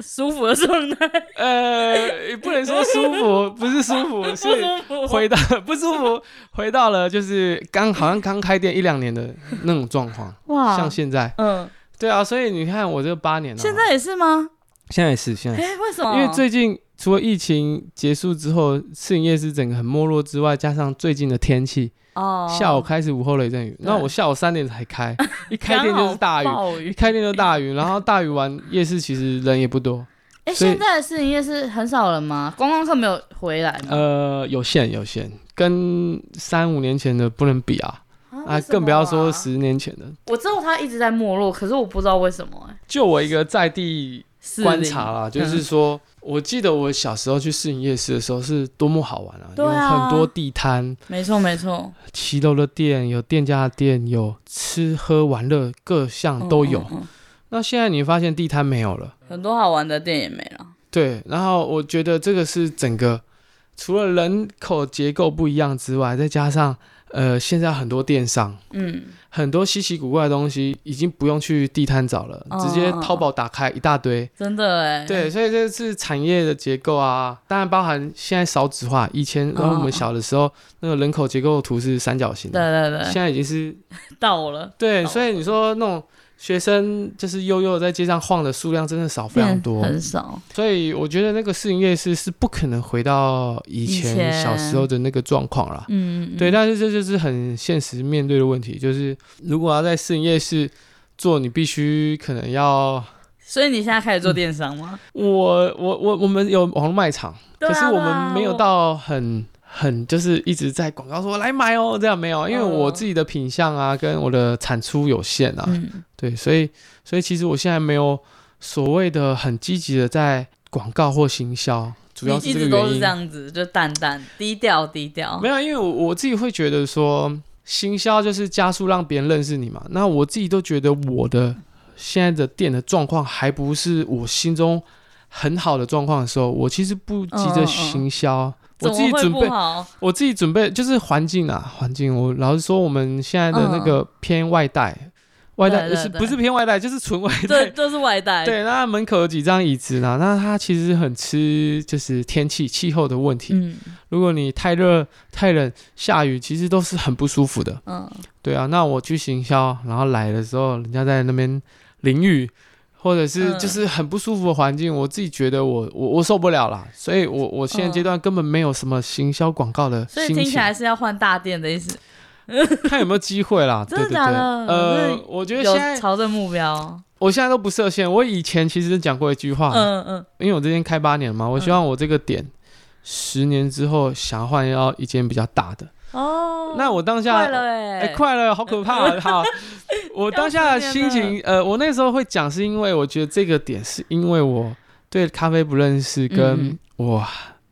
[SPEAKER 1] 舒服的状态，
[SPEAKER 2] 呃，也不能说舒服， 不是舒服，是
[SPEAKER 1] 不舒服，
[SPEAKER 2] 回到 不舒服，回到了就是刚好像刚开店一两年的那种状 况，
[SPEAKER 1] 哇，
[SPEAKER 2] 像现在，
[SPEAKER 1] 嗯，
[SPEAKER 2] 对啊，所以你看我这八年了、
[SPEAKER 1] 现在也是吗？
[SPEAKER 2] 现在也是现在也是
[SPEAKER 1] 哎、为什么？
[SPEAKER 2] 因为最近除了疫情结束之后，试营业是整个很没落之外，加上最近的天气，
[SPEAKER 1] 哦，
[SPEAKER 2] 下午开始午后雷阵雨，那我下午三点才开，一开店就是大雨
[SPEAKER 1] 刚好，暴
[SPEAKER 2] 一
[SPEAKER 1] 雨。
[SPEAKER 2] 开店就大雨，然后大雨完夜市其实人也不多，
[SPEAKER 1] 哎、
[SPEAKER 2] 所以
[SPEAKER 1] 现在的市营业是很少人吗？观光客没有回来吗？
[SPEAKER 2] 呃，有限有限，跟三五年前的不能比啊，
[SPEAKER 1] 啊
[SPEAKER 2] 啊，更不要说。
[SPEAKER 1] 为什么啊
[SPEAKER 2] 十年前的。
[SPEAKER 1] 我知道它一直在没落，可是我不知道为什么、哎，
[SPEAKER 2] 就我一个在地
[SPEAKER 1] 士林
[SPEAKER 2] 观察
[SPEAKER 1] 嗯
[SPEAKER 2] 啦，就是说，我记得我小时候去市营夜市的时候是多么好玩啊，
[SPEAKER 1] 对啊
[SPEAKER 2] 有很多地摊，
[SPEAKER 1] 没错没错，
[SPEAKER 2] 骑楼的店，有店家的店，有吃喝玩乐各项都有。
[SPEAKER 1] 嗯嗯
[SPEAKER 2] 那现在你发现地摊没有了，
[SPEAKER 1] 嗯很多好玩的店也没了。
[SPEAKER 2] 对。然后我觉得这个是整个除了人口结构不一样之外，再加上呃现在很多电商，
[SPEAKER 1] 嗯，
[SPEAKER 2] 很多稀奇古怪的东西已经不用去地摊找了，
[SPEAKER 1] 哦
[SPEAKER 2] 直接淘宝打开一大堆。
[SPEAKER 1] 真的哎、
[SPEAKER 2] 对，所以这是产业的结构啊，当然包含现在少子化。以
[SPEAKER 1] 哦
[SPEAKER 2] 前然后我们小的时候，那个人口结构图是三角形
[SPEAKER 1] 对
[SPEAKER 2] 的，
[SPEAKER 1] 对哦对，
[SPEAKER 2] 现在已经是
[SPEAKER 1] 到了，
[SPEAKER 2] 对，
[SPEAKER 1] 懂
[SPEAKER 2] 所以你说那种学生就是悠悠在街上晃的数量真的少非常多，
[SPEAKER 1] 很少。
[SPEAKER 2] 所以我觉得那个市营夜市是不可能回到以
[SPEAKER 1] 以
[SPEAKER 2] 前
[SPEAKER 1] 前
[SPEAKER 2] 小时候的那个状况啦。
[SPEAKER 1] 嗯，嗯
[SPEAKER 2] 对，
[SPEAKER 1] 嗯
[SPEAKER 2] 但是这就是很现实面对的问题，就是如果要在市营夜市做，你必须可能要
[SPEAKER 1] 所以你现在开始做电商吗？
[SPEAKER 2] 我我我我们有网络卖场，
[SPEAKER 1] 对啊
[SPEAKER 2] 嗯可是我们没有。
[SPEAKER 1] 对啊
[SPEAKER 2] 到很很就是一直在广告说来买哦，这样没有，因为
[SPEAKER 1] 嗯
[SPEAKER 2] 我自己的品相啊跟我的产出有限啊，
[SPEAKER 1] 嗯，
[SPEAKER 2] 对，所以所以其实我现在没有所谓的很积极的在广告或行销，主要
[SPEAKER 1] 你
[SPEAKER 2] 是
[SPEAKER 1] 一
[SPEAKER 2] 这个
[SPEAKER 1] 直都
[SPEAKER 2] 原
[SPEAKER 1] 是
[SPEAKER 2] 因
[SPEAKER 1] 这。样子，就淡淡低调低调。
[SPEAKER 2] 没有，啊因为我我自己会觉得说，行销就是加速让别人认识你嘛。那我自己都觉得我的现在的店的状况还不是我心中很好的状况的时候，我其实不急
[SPEAKER 1] 嗯嗯
[SPEAKER 2] 着
[SPEAKER 1] 嗯
[SPEAKER 2] 行销。我
[SPEAKER 1] 怎
[SPEAKER 2] 自
[SPEAKER 1] 么
[SPEAKER 2] 己
[SPEAKER 1] 会
[SPEAKER 2] 准
[SPEAKER 1] 不
[SPEAKER 2] 备，
[SPEAKER 1] 好？
[SPEAKER 2] 我自己准备就是环境啊，环境。我老实说，我们现在的那个偏外带，外
[SPEAKER 1] 嗯
[SPEAKER 2] 带
[SPEAKER 1] 对对
[SPEAKER 2] 是
[SPEAKER 1] 对
[SPEAKER 2] 不是偏外带，就是纯外带
[SPEAKER 1] 对，。就是外带。
[SPEAKER 2] 对，那门口有几张椅子啦，那它其实很吃就是天气气候的问题。
[SPEAKER 1] 嗯
[SPEAKER 2] 如果你太热、太冷、下雨，其实都是很不舒服的。
[SPEAKER 1] 嗯，
[SPEAKER 2] 对啊，那我去行销，然后来的时候，人家在那边淋雨，或者是
[SPEAKER 1] 嗯
[SPEAKER 2] 就是很不舒服的环境，我自己觉得我我我受不了啦。所以我我现在阶段根本没有什么行销广告的
[SPEAKER 1] 哦所以
[SPEAKER 2] 心
[SPEAKER 1] 听
[SPEAKER 2] 情，
[SPEAKER 1] 起来 是要换大店的意思，
[SPEAKER 2] 看有没有机会啦。对
[SPEAKER 1] 真的
[SPEAKER 2] 对对，
[SPEAKER 1] 假的
[SPEAKER 2] 呃
[SPEAKER 1] 那，
[SPEAKER 2] 我觉得现
[SPEAKER 1] 有
[SPEAKER 2] 在啊
[SPEAKER 1] 朝着目标。
[SPEAKER 2] 我现在都不设限。我以前其实讲过一句话，
[SPEAKER 1] 嗯嗯，
[SPEAKER 2] 因为我这边开八年嘛，我希望我这个点。十年之后想要换到一间比较大的，
[SPEAKER 1] 哦，
[SPEAKER 2] 那我当下
[SPEAKER 1] 快了哎、
[SPEAKER 2] 哎、快乐，好可怕、啊！ 好，我当下
[SPEAKER 1] 要
[SPEAKER 2] 的
[SPEAKER 1] 死
[SPEAKER 2] 心
[SPEAKER 1] 人
[SPEAKER 2] 情，呃，我那时候会讲，是因为我觉得这个点是因为我对咖啡不认识，
[SPEAKER 1] 嗯
[SPEAKER 2] 跟我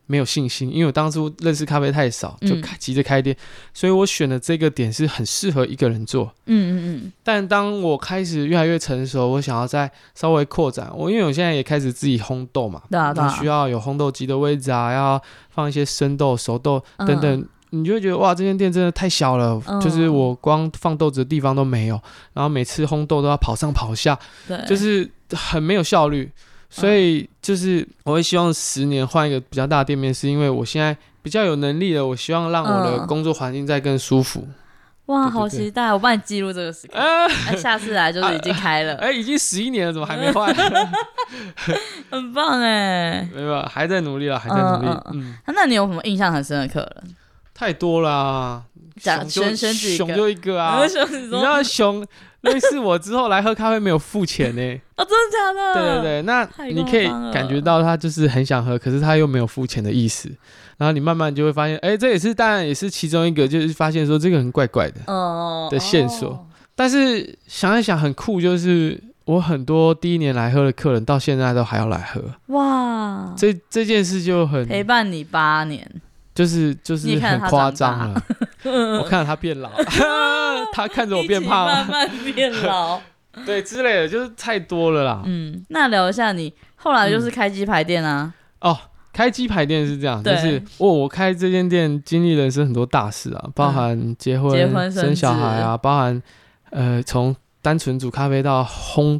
[SPEAKER 2] 没有信心，因为我当初认识咖啡太少，就
[SPEAKER 1] 嗯
[SPEAKER 2] 开急着开店，所以我选的这个点是很适合一个人做。
[SPEAKER 1] 嗯嗯嗯，
[SPEAKER 2] 但当我开始越来越成熟，我想要再稍微扩展，我因为我现在也开始自己烘豆嘛，
[SPEAKER 1] 对啊对啊
[SPEAKER 2] 那需要有烘豆机的位置啊，要放一些生豆、熟豆
[SPEAKER 1] 嗯
[SPEAKER 2] 等等，你就会觉得哇，这间店真的太小了，
[SPEAKER 1] 嗯
[SPEAKER 2] 就是我光放豆子的地方都没有，然后每次烘豆都要跑上跑下，
[SPEAKER 1] 对，嗯
[SPEAKER 2] 就是很没有效率。所以就是我会希望十年换一个比较大的店面，是因为我现在比较有能力了，我希望让我的
[SPEAKER 1] 嗯
[SPEAKER 2] 工作环境再更舒服。
[SPEAKER 1] 哇，
[SPEAKER 2] 对对
[SPEAKER 1] 好期待！我帮你记录这个时刻，
[SPEAKER 2] 啊，
[SPEAKER 1] 哎，下次来就是已经开了，
[SPEAKER 2] 哎，已经十一年了，怎么还 没换？
[SPEAKER 1] 很棒哎。
[SPEAKER 2] 没有，还在努力了，还在努力
[SPEAKER 1] 嗯。
[SPEAKER 2] 嗯，
[SPEAKER 1] 那你有什么印象很深的客人？
[SPEAKER 2] 太多了啊，
[SPEAKER 1] 讲
[SPEAKER 2] 熊就
[SPEAKER 1] 选选几
[SPEAKER 2] 熊
[SPEAKER 1] 个？
[SPEAKER 2] 就一个啊
[SPEAKER 1] 我。想
[SPEAKER 2] 你知
[SPEAKER 1] 说，
[SPEAKER 2] 道熊认识我之后来喝咖啡没有付钱呢、
[SPEAKER 1] 哦，真的假的？
[SPEAKER 2] 对对对，那
[SPEAKER 1] 太
[SPEAKER 2] 你可以
[SPEAKER 1] 夸张了
[SPEAKER 2] 感觉到他就是很想喝，可是他又没有付钱的意思。然后你慢慢就会发现，哎、这也是当然也是其中一个，就是发现说这个人怪怪的。
[SPEAKER 1] 哦，
[SPEAKER 2] 的线索但是想一想很酷，就是我很多第一年来喝的客人到现在都还要来喝，
[SPEAKER 1] 嗯哇，
[SPEAKER 2] 这这件事就很
[SPEAKER 1] 陪伴你八年，
[SPEAKER 2] 就是就是
[SPEAKER 1] 你也看
[SPEAKER 2] 很
[SPEAKER 1] 着他
[SPEAKER 2] 夸
[SPEAKER 1] 长
[SPEAKER 2] 张了。啊 我看着他变老， 他看着我变
[SPEAKER 1] 一起慢
[SPEAKER 2] 胖，啊
[SPEAKER 1] 慢变老。
[SPEAKER 2] 对之类的，就是太多了啦。
[SPEAKER 1] 嗯，那聊一下你后来就是开鸡排店啊，
[SPEAKER 2] 哦，开鸡排店是这样，就
[SPEAKER 1] 对
[SPEAKER 2] 是哦，我开这间店经历人生很多大事啊，包含结婚、
[SPEAKER 1] 嗯结婚生
[SPEAKER 2] 生小孩啊，包含呃从单纯煮咖啡到烘。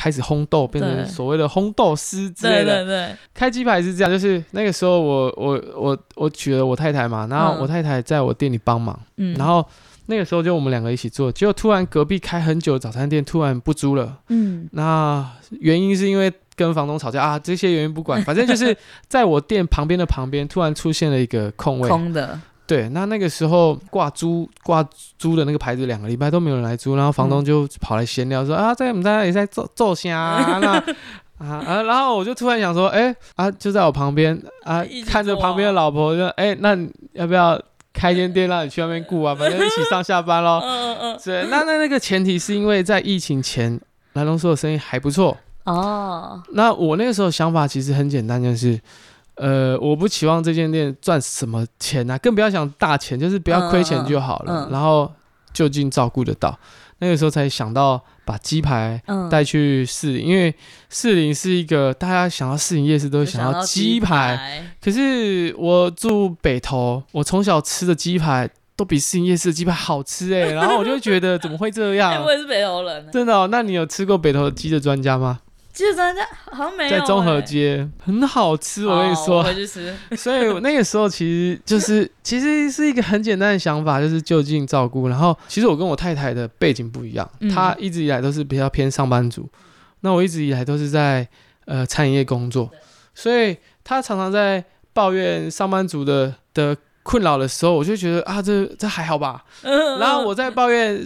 [SPEAKER 2] 开始烘豆，变
[SPEAKER 1] 对
[SPEAKER 2] 成所谓的烘豆师之 类
[SPEAKER 1] 对对
[SPEAKER 2] 的。
[SPEAKER 1] 对，
[SPEAKER 2] 开鸡排是这样，就是那个时候我我我我娶了我太太嘛，然后
[SPEAKER 1] 嗯
[SPEAKER 2] 我太太在我店里帮忙，
[SPEAKER 1] 嗯，
[SPEAKER 2] 然后那个时候就我们两个一起做，结果突然隔壁开很久的早餐店突然不租了，
[SPEAKER 1] 嗯
[SPEAKER 2] 那原因是因为跟房东吵架啊，这些原因不管，反正就是在我店旁边的旁边突然出现了一个空位。
[SPEAKER 1] 空的，
[SPEAKER 2] 对，那那个时候挂租挂租的那个牌子两个礼拜都没有人来租，然后房东就跑来闲聊说、啊，在我们家也在做做虾、啊，那啊啊，然后我就突然想说，哎、啊，就在我旁边啊
[SPEAKER 1] 一起，做
[SPEAKER 2] 看着旁边的老婆就哎、那你要不要开间店让你去外面顾啊？反正一起上下班喽。
[SPEAKER 1] 嗯嗯
[SPEAKER 2] 对，那那那个前提是因为在疫情前，蓝龙说的生意还不错。
[SPEAKER 1] 嗯，哦，
[SPEAKER 2] 那我那个时候想法其实很简单，就是，呃，我不期望这间店赚什么钱啊，更不要想大钱，就是不要亏钱就好了。
[SPEAKER 1] 嗯嗯嗯
[SPEAKER 2] 然后就近照顾得到，那个时候才想到把鸡排
[SPEAKER 1] 嗯，
[SPEAKER 2] 带去士林，因为士林是一个大家想到士林夜市都会
[SPEAKER 1] 就
[SPEAKER 2] 想到
[SPEAKER 1] 鸡
[SPEAKER 2] 鸡排，，可是我住北投，我从小吃的鸡排都比士林夜市的鸡排好吃哎、然后我就觉得怎么会这样？
[SPEAKER 1] 哎，我也是北投人，
[SPEAKER 2] 真的、哦？那你有吃过北投鸡的专家吗？
[SPEAKER 1] 其实咱家好像没有
[SPEAKER 2] 在中和
[SPEAKER 1] 哎
[SPEAKER 2] 街很好吃，我跟你
[SPEAKER 1] 哦
[SPEAKER 2] 说。
[SPEAKER 1] 回去吃，
[SPEAKER 2] 所以我那个时候其实就是，其实是一个很简单的想法，就是就近照顾。然后其实我跟我太太的背景不一样，
[SPEAKER 1] 嗯
[SPEAKER 2] 她一直以来都是比较偏上班族，那我一直以来都是在呃餐饮业工作，所以她常常在抱怨上班族的的困扰的时候，我就觉得啊，这这还好吧。
[SPEAKER 1] 嗯
[SPEAKER 2] 然后我在抱怨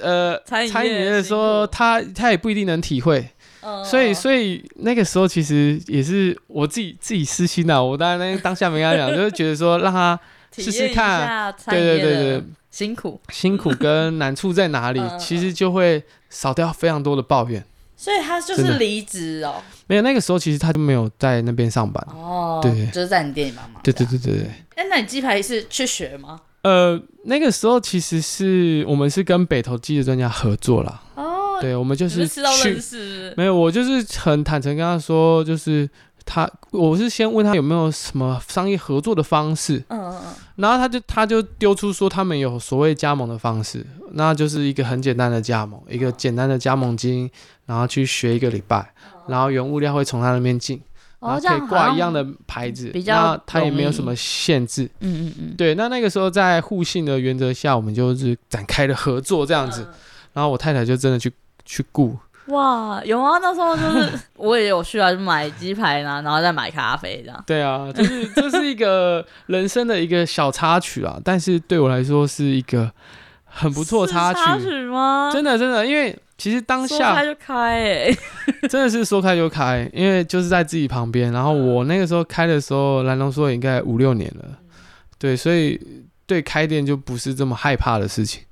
[SPEAKER 2] 呃
[SPEAKER 1] 餐饮业
[SPEAKER 2] 餐饮业的时候，
[SPEAKER 1] 辛苦
[SPEAKER 2] 她她也不一定能体会。
[SPEAKER 1] 嗯
[SPEAKER 2] 所以，
[SPEAKER 1] 嗯
[SPEAKER 2] 所以那个时候其实也是我自己自己私心啊，我当然那当下没跟他讲， 就是觉得说让他
[SPEAKER 1] 嗯体
[SPEAKER 2] 试试
[SPEAKER 1] 验一
[SPEAKER 2] 看
[SPEAKER 1] 下餐
[SPEAKER 2] 对对
[SPEAKER 1] 业
[SPEAKER 2] 对
[SPEAKER 1] 的
[SPEAKER 2] 对
[SPEAKER 1] 辛苦，
[SPEAKER 2] 辛苦跟难处在哪里
[SPEAKER 1] 嗯嗯，嗯
[SPEAKER 2] 其实就会少掉非常多的抱怨。
[SPEAKER 1] 所以他就
[SPEAKER 2] 真
[SPEAKER 1] 是
[SPEAKER 2] 的
[SPEAKER 1] 离职哦，
[SPEAKER 2] 没有那个时候，其实他就没有在那边上班。
[SPEAKER 1] 哦，
[SPEAKER 2] 对
[SPEAKER 1] 就是在你店里帮忙，
[SPEAKER 2] 对对，对对对，
[SPEAKER 1] 哎，那你鸡排是去学吗？
[SPEAKER 2] 呃，那个时候其实是我们是跟北投机的专家合作啦，
[SPEAKER 1] 哦，
[SPEAKER 2] 对，我们就
[SPEAKER 1] 你
[SPEAKER 2] 是
[SPEAKER 1] 们吃到
[SPEAKER 2] 去
[SPEAKER 1] 认识，
[SPEAKER 2] 没有，我就是很坦诚跟他说，就是他，我是先问他有没有什么商业合作的方式，
[SPEAKER 1] 嗯嗯嗯，
[SPEAKER 2] 然后他就他就丢出说他们有所谓加盟的方式，那就是一个很简单的加盟，一个
[SPEAKER 1] 哦
[SPEAKER 2] 简单的加盟金，然后去学一个礼拜，然后原物料会从他那边进，然
[SPEAKER 1] 哦，
[SPEAKER 2] 后
[SPEAKER 1] 这
[SPEAKER 2] 可
[SPEAKER 1] 样
[SPEAKER 2] 以
[SPEAKER 1] 好
[SPEAKER 2] 挂
[SPEAKER 1] 像
[SPEAKER 2] 一样，的牌子，
[SPEAKER 1] 比较
[SPEAKER 2] 那他也没有
[SPEAKER 1] 容易
[SPEAKER 2] 什么限制。
[SPEAKER 1] 嗯嗯嗯，
[SPEAKER 2] 对，那那个时候在互信的原则下，我们就是展开了合作这
[SPEAKER 1] 这
[SPEAKER 2] 样子，然后我太太就真的去去雇，
[SPEAKER 1] 哇，有啊，那时候就是 我也有去啊，就买鸡排呢，然后再买咖啡这样。
[SPEAKER 2] 对啊， 就是这是一个人生的一个小插曲啊，但是对我来说是一个很不错的
[SPEAKER 1] 是
[SPEAKER 2] 插
[SPEAKER 1] 插曲吗？
[SPEAKER 2] 真的真的，因为其实当
[SPEAKER 1] 啊说开
[SPEAKER 2] 下
[SPEAKER 1] 就开 哎、
[SPEAKER 2] 真的是说开就开，因为就是在自己旁边。然后
[SPEAKER 1] 嗯
[SPEAKER 2] 我那个时候开的时候，蓝龙说也应该五六年了，对，所以对开店就不是这么害怕的事情。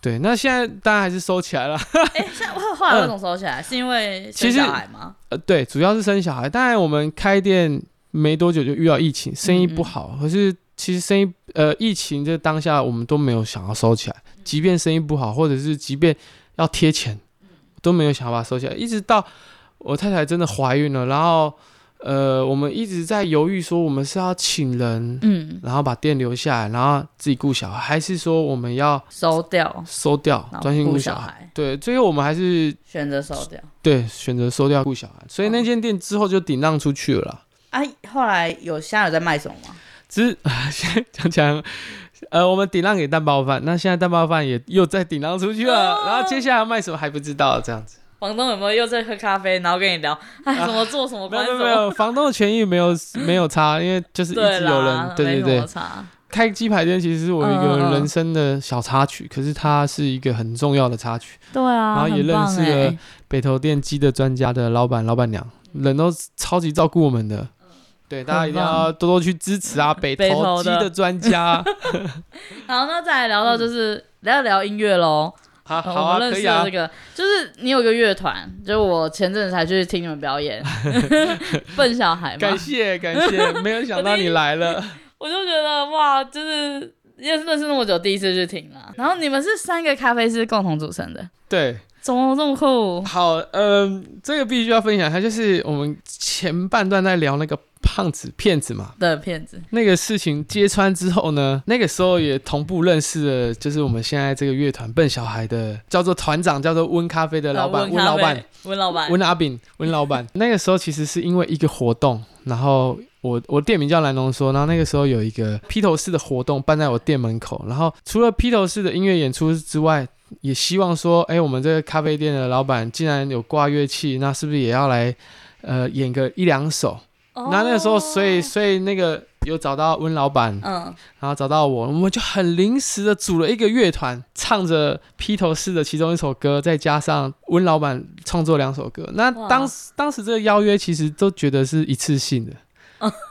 [SPEAKER 2] 对，那现在当然还是收起来了。
[SPEAKER 1] 哎、现在后后来为什么收起来？是因为生
[SPEAKER 2] 嗯其实
[SPEAKER 1] 小孩吗？
[SPEAKER 2] 呃，对，主要是生小孩。当然我们开店没多久就遇到疫情，生意不好。
[SPEAKER 1] 嗯
[SPEAKER 2] 可是其实生意呃疫情这当下我们都没有想要收起来，
[SPEAKER 1] 嗯
[SPEAKER 2] 即便生意不好，或者是即便要贴钱，都没有想要把它收起来。一直到我太太真的怀孕了，然后呃我们一直在犹豫说我们是要请人。
[SPEAKER 1] 嗯，
[SPEAKER 2] 然后把店留下来，然后自己顾小孩，还是说我们要
[SPEAKER 1] 收掉，
[SPEAKER 2] 收掉
[SPEAKER 1] 然后
[SPEAKER 2] 专心
[SPEAKER 1] 顾
[SPEAKER 2] 顾
[SPEAKER 1] 小
[SPEAKER 2] 孩？
[SPEAKER 1] 孩，
[SPEAKER 2] 对，最后我们还是
[SPEAKER 1] 选择收掉。
[SPEAKER 2] 对，选择收掉顾小孩，所以那间店之后就顶让出去了啦。
[SPEAKER 1] 啊，后来有现在有在卖什么吗？
[SPEAKER 2] 只是现在讲起来，呃，我们顶让给蛋包饭，那现在蛋包饭也又再顶让出去了，
[SPEAKER 1] 啊
[SPEAKER 2] 然后接下来要卖什么还不知道，这样子。
[SPEAKER 1] 房东有没有又在喝咖啡，然后跟你聊，哎，怎么做什么
[SPEAKER 2] 啊没有
[SPEAKER 1] 关什
[SPEAKER 2] 没有
[SPEAKER 1] 么？
[SPEAKER 2] 没有，房东的权益没有没有差，因为就是一
[SPEAKER 1] 对
[SPEAKER 2] 直有
[SPEAKER 1] 啦
[SPEAKER 2] 人，，对对
[SPEAKER 1] 没什
[SPEAKER 2] 对
[SPEAKER 1] 么，差。
[SPEAKER 2] 开鸡排店其实是我一
[SPEAKER 1] 嗯嗯
[SPEAKER 2] 个
[SPEAKER 1] 嗯
[SPEAKER 2] 人生的小插曲，可是它是一个很重要的插曲。
[SPEAKER 1] 对啊，
[SPEAKER 2] 然后也
[SPEAKER 1] 很棒
[SPEAKER 2] 认识
[SPEAKER 1] 欸
[SPEAKER 2] 了北投店鸡的专家的老板、老板娘，
[SPEAKER 1] 嗯
[SPEAKER 2] 人都超级照顾我们的。对，大家一定要多多去支 持啊！北
[SPEAKER 1] 北
[SPEAKER 2] 投
[SPEAKER 1] 投
[SPEAKER 2] 鸡
[SPEAKER 1] 的
[SPEAKER 2] 的专 家，
[SPEAKER 1] 好，那再来聊到就是聊聊音乐喽。
[SPEAKER 2] 好
[SPEAKER 1] 呃
[SPEAKER 2] 好
[SPEAKER 1] 我
[SPEAKER 2] 嗯啊，
[SPEAKER 1] 们
[SPEAKER 2] 可
[SPEAKER 1] 认
[SPEAKER 2] 以
[SPEAKER 1] 识了
[SPEAKER 2] 啊
[SPEAKER 1] 这，个，就是你有个乐团，就我前阵子才去听你们表 演， 笨小孩嘛
[SPEAKER 2] 感，谢感谢，没 有想到你来了，
[SPEAKER 1] 我就觉得哇，就是也是认识那么久，第一次去听啦。然后你们是三个咖啡师共同组成的，
[SPEAKER 2] 对。
[SPEAKER 1] 怎么这么酷？
[SPEAKER 2] 好，嗯、这个必须要分享一下，就是我们前半段在聊那个胖子骗子嘛，
[SPEAKER 1] 的骗子，
[SPEAKER 2] 那个事情揭穿之后呢，那个时候也同步认识了，就是我们现在这个乐团笨小孩的叫做团长，叫做温咖啡的老
[SPEAKER 1] 呃
[SPEAKER 2] 板
[SPEAKER 1] 温
[SPEAKER 2] 温
[SPEAKER 1] 咖
[SPEAKER 2] 老
[SPEAKER 1] 啡
[SPEAKER 2] 板，
[SPEAKER 1] 温老板，
[SPEAKER 2] 温阿炳温 老板。那个时候其实是因为一个活动，然后我我店名叫蓝龙说，然后那个时候有一个披头士的活动办在我店门口，然后除了披头士的音乐演出之外，也希望说，哎、我们这个咖啡店的老板既然有挂乐器，那是不是也要来呃演个一两首？
[SPEAKER 1] 哦
[SPEAKER 2] 那那个时候，所以所以那个有找到温老板，
[SPEAKER 1] 嗯，
[SPEAKER 2] 然后找到我，我们就很临时的组了一个乐团，唱着披头士的其中一首歌，再加上温老板创作两首歌。那
[SPEAKER 1] 哇
[SPEAKER 2] 当时当时这个邀约其实都觉得是一次性 的。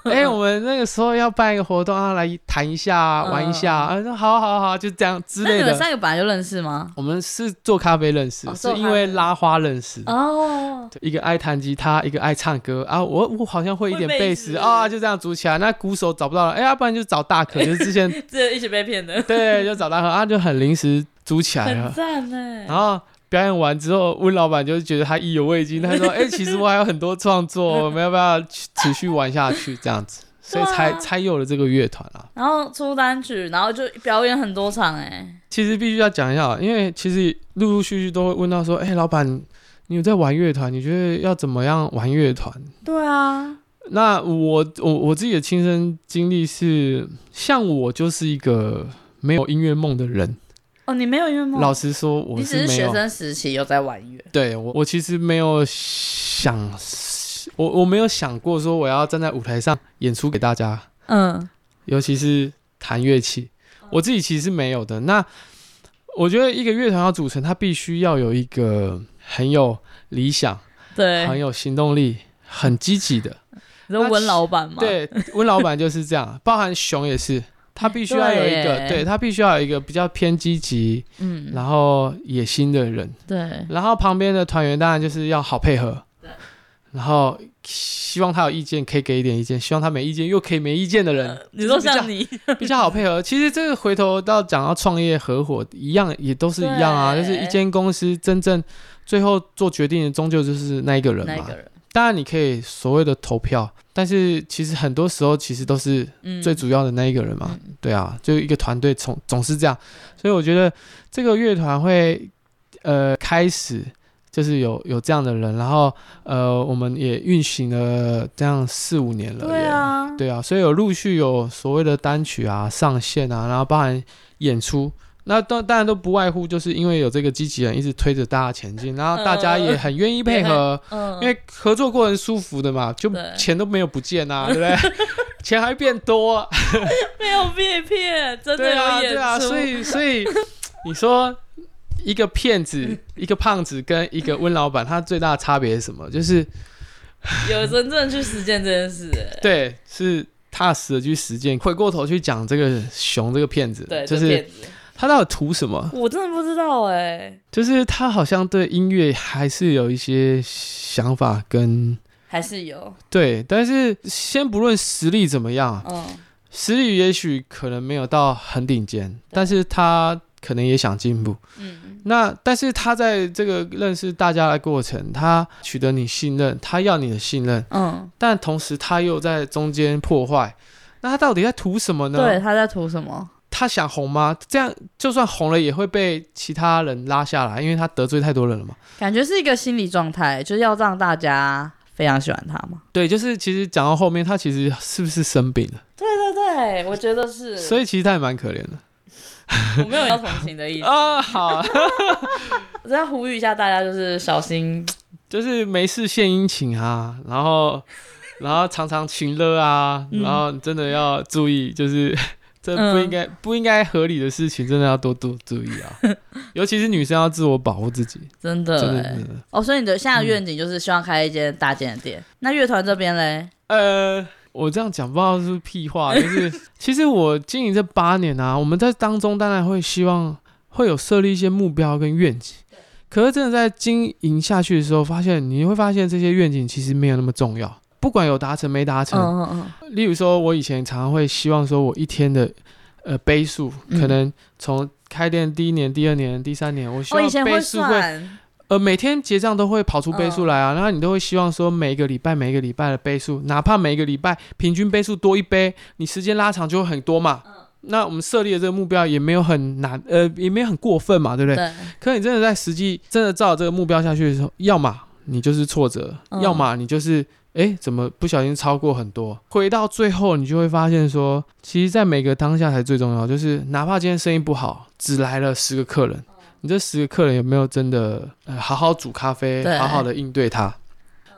[SPEAKER 2] 哎、我们那个时候要办一个活动啊，来谈一下啊、
[SPEAKER 1] 嗯
[SPEAKER 2] 玩一下啊，啊说好好好，就这样之
[SPEAKER 1] 那
[SPEAKER 2] 类
[SPEAKER 1] 你们
[SPEAKER 2] 的。
[SPEAKER 1] 三个本来就认识吗？
[SPEAKER 2] 我们是做咖啡认识，
[SPEAKER 1] 哦
[SPEAKER 2] 是
[SPEAKER 1] 做
[SPEAKER 2] 因为
[SPEAKER 1] 咖啡
[SPEAKER 2] 拉花认识的。
[SPEAKER 1] 哦，
[SPEAKER 2] 对一个爱弹吉他，一个爱唱歌啊，我我好像会一
[SPEAKER 1] 会
[SPEAKER 2] 点
[SPEAKER 1] 贝
[SPEAKER 2] 贝
[SPEAKER 1] 斯
[SPEAKER 2] 斯啊，就这样组起来。那鼓手找不到了，哎、要不然就找大可，就是之前
[SPEAKER 1] 这一起被骗的，
[SPEAKER 2] 对，就找他喝啊，就很临时组起来
[SPEAKER 1] 很
[SPEAKER 2] 了。
[SPEAKER 1] 赞欸呢。
[SPEAKER 2] 然后表演完之后，温老板就觉得他意犹未尽，他 说：“哎、其实我还有很多创作，我们要不要去持续玩下去？”这样 子，所以
[SPEAKER 1] 对啊
[SPEAKER 2] 才才有了这个乐团啊。
[SPEAKER 1] 然后出单曲，然后就表演很多场哎、
[SPEAKER 2] 其实必须要讲一下，因为其实陆陆续续都会问到说：“哎、老板，你有在玩乐团？你觉得要怎么样玩乐团？”
[SPEAKER 1] 对啊，
[SPEAKER 2] 那我我我自己的亲身经历是，像我就是一个没有音乐梦的人。
[SPEAKER 1] 哦，你没有音乐梦，
[SPEAKER 2] 老实说，我
[SPEAKER 1] 你只是
[SPEAKER 2] 没有
[SPEAKER 1] 学。生时期有在玩音乐，
[SPEAKER 2] 对我，我其实没有想，我我没有想过说我要站在舞台上演出给大家，
[SPEAKER 1] 嗯，
[SPEAKER 2] 尤其是弹乐器，我自己其实没有的。那我觉得一个乐团要组成，它必须要有一个很有理想、
[SPEAKER 1] 对，
[SPEAKER 2] 很有行动力、很积极的。
[SPEAKER 1] 你说
[SPEAKER 2] 那
[SPEAKER 1] 温
[SPEAKER 2] 其
[SPEAKER 1] 老板嘛，，
[SPEAKER 2] 对，温老板就是这样，包含熊也是。他必须要有一个，
[SPEAKER 1] 对
[SPEAKER 2] 对他必须要有一个比较偏积极，
[SPEAKER 1] 嗯，
[SPEAKER 2] 然后野心的人，
[SPEAKER 1] 对，
[SPEAKER 2] 然后旁边的团员当然就是要好配合，然后希望他有意见可以给一点意见，希望他没意见又可以没意见的人，
[SPEAKER 1] 呃你说
[SPEAKER 2] 就是
[SPEAKER 1] 像
[SPEAKER 2] 比
[SPEAKER 1] 你，
[SPEAKER 2] 较比较好 配合。其实这个回头到讲到创业合伙一样，也都是一样啊，
[SPEAKER 1] 对
[SPEAKER 2] 就是一间公司真正最后做决定的终究就是那一个人
[SPEAKER 1] 那一
[SPEAKER 2] 嘛
[SPEAKER 1] 个。人，
[SPEAKER 2] 当然你可以所谓的投票，但是其实很多时候其实都是
[SPEAKER 1] 嗯，
[SPEAKER 2] 最主要的那一个人嘛，对啊，就一个团队总总是这样，所以我觉得这个乐团会呃开始就是有有这样的人，然后呃我们也运行了这样四五年了，
[SPEAKER 1] 对，啊，
[SPEAKER 2] 对啊，所以有陆续有所谓的单曲啊上线啊，然后包含演出。那当当然都不外乎就是因为有这个积极人一直推着大家前进，然后大家也很愿意配合，
[SPEAKER 1] 呃嗯，
[SPEAKER 2] 因为合作过程舒服的嘛，就
[SPEAKER 1] 对
[SPEAKER 2] 钱都没有不见啊，对 不对？钱还变多，啊
[SPEAKER 1] 没有哦被骗， 真的
[SPEAKER 2] 对啊，
[SPEAKER 1] 有演
[SPEAKER 2] 对啊，
[SPEAKER 1] 出，
[SPEAKER 2] 所以 所以你说一个骗子、一个胖子跟一个温老板，他最大的差别是什么？就是
[SPEAKER 1] 有真正去实践这件事、欸，
[SPEAKER 2] 对，是踏实的去实践。回过头去讲这个熊这个骗子，
[SPEAKER 1] 对，
[SPEAKER 2] 就
[SPEAKER 1] 这
[SPEAKER 2] 是
[SPEAKER 1] 骗子
[SPEAKER 2] 他到底图什么？
[SPEAKER 1] 我真的不知道哎、
[SPEAKER 2] 就是他好像对音乐还是有一些想法跟
[SPEAKER 1] 还是有，
[SPEAKER 2] 对，但是先不论实力怎么样，
[SPEAKER 1] 嗯，
[SPEAKER 2] 实力也许可能没有到很顶尖，但是他可能也想进步。
[SPEAKER 1] 嗯，
[SPEAKER 2] 那但是他在这个认识大家的过程，他取得你信任，他要你的信任，
[SPEAKER 1] 嗯，
[SPEAKER 2] 但同时他又在中间破坏。那他到底在图什么呢？
[SPEAKER 1] 对，他在图什么？
[SPEAKER 2] 他想红吗？这样就算红了，也会被其他人拉下来，因为他得罪太多人了嘛。
[SPEAKER 1] 感觉是一个心理状态，就是要让大家非常喜欢他嘛。
[SPEAKER 2] 对，就是其实讲到后面，他其实是不是生病了？
[SPEAKER 1] 对对对，对，我觉得是，
[SPEAKER 2] 所以其实他也蛮可怜的
[SPEAKER 1] 我没有要同情的意 思。
[SPEAKER 2] 啊。好，
[SPEAKER 1] 我再呼吁一下大家，就是小心，
[SPEAKER 2] 就是没事献殷勤啊，然后然后常常情乐啊，然后真的要注意，就是 这不应该、不应该合理的事情，真的要多多注意啊，尤其是女生要自我保护自己，
[SPEAKER 1] 真
[SPEAKER 2] 真
[SPEAKER 1] 的
[SPEAKER 2] 的
[SPEAKER 1] 哎
[SPEAKER 2] 真。的。嗯
[SPEAKER 1] 哦，所以你的现在的愿景就是希望开一间大间的店。那乐团这边嘞，
[SPEAKER 2] 呃，我这样讲不知道是不是屁话，就是 其实我经营这八年啊，我们在当中当然会希望会有设立一些目标跟愿景，可是真的在经营下去的时候，发现你会发现这些愿景其实没有那么重要，不管有达成没达成，
[SPEAKER 1] 嗯嗯
[SPEAKER 2] 例如说，我以前常常会希望说，我一天的呃杯数，
[SPEAKER 1] 嗯
[SPEAKER 2] 可能从开店第一年、第二年、第三年，我
[SPEAKER 1] 嗯，
[SPEAKER 2] 希
[SPEAKER 1] 我以前
[SPEAKER 2] 望
[SPEAKER 1] 会
[SPEAKER 2] 杯数会
[SPEAKER 1] 算，哦
[SPEAKER 2] 呃，每天结账都会跑出倍数来啊，然后你都会希望说每个礼拜每个礼拜的倍数，哪怕每个礼拜平均倍数多一杯，你时间拉长就会很多嘛。
[SPEAKER 1] 嗯
[SPEAKER 2] 那我们设立的这个目标也没有很难，呃，也没有很过分嘛，对不对？
[SPEAKER 1] 对，
[SPEAKER 2] 可你真的在实际真的照这个目标下去的时候，要么你就是挫折，
[SPEAKER 1] 嗯
[SPEAKER 2] 要么你就是哎、诶怎么不小心超过很多？回到最后，你就会发现说，其实，在每个当下才最重要。就是哪怕今天生意不好，只来了十个客
[SPEAKER 1] 嗯
[SPEAKER 2] 人，你这十个客人有没有真的呃好好煮咖啡呃
[SPEAKER 1] 对，
[SPEAKER 2] 好好的应对它？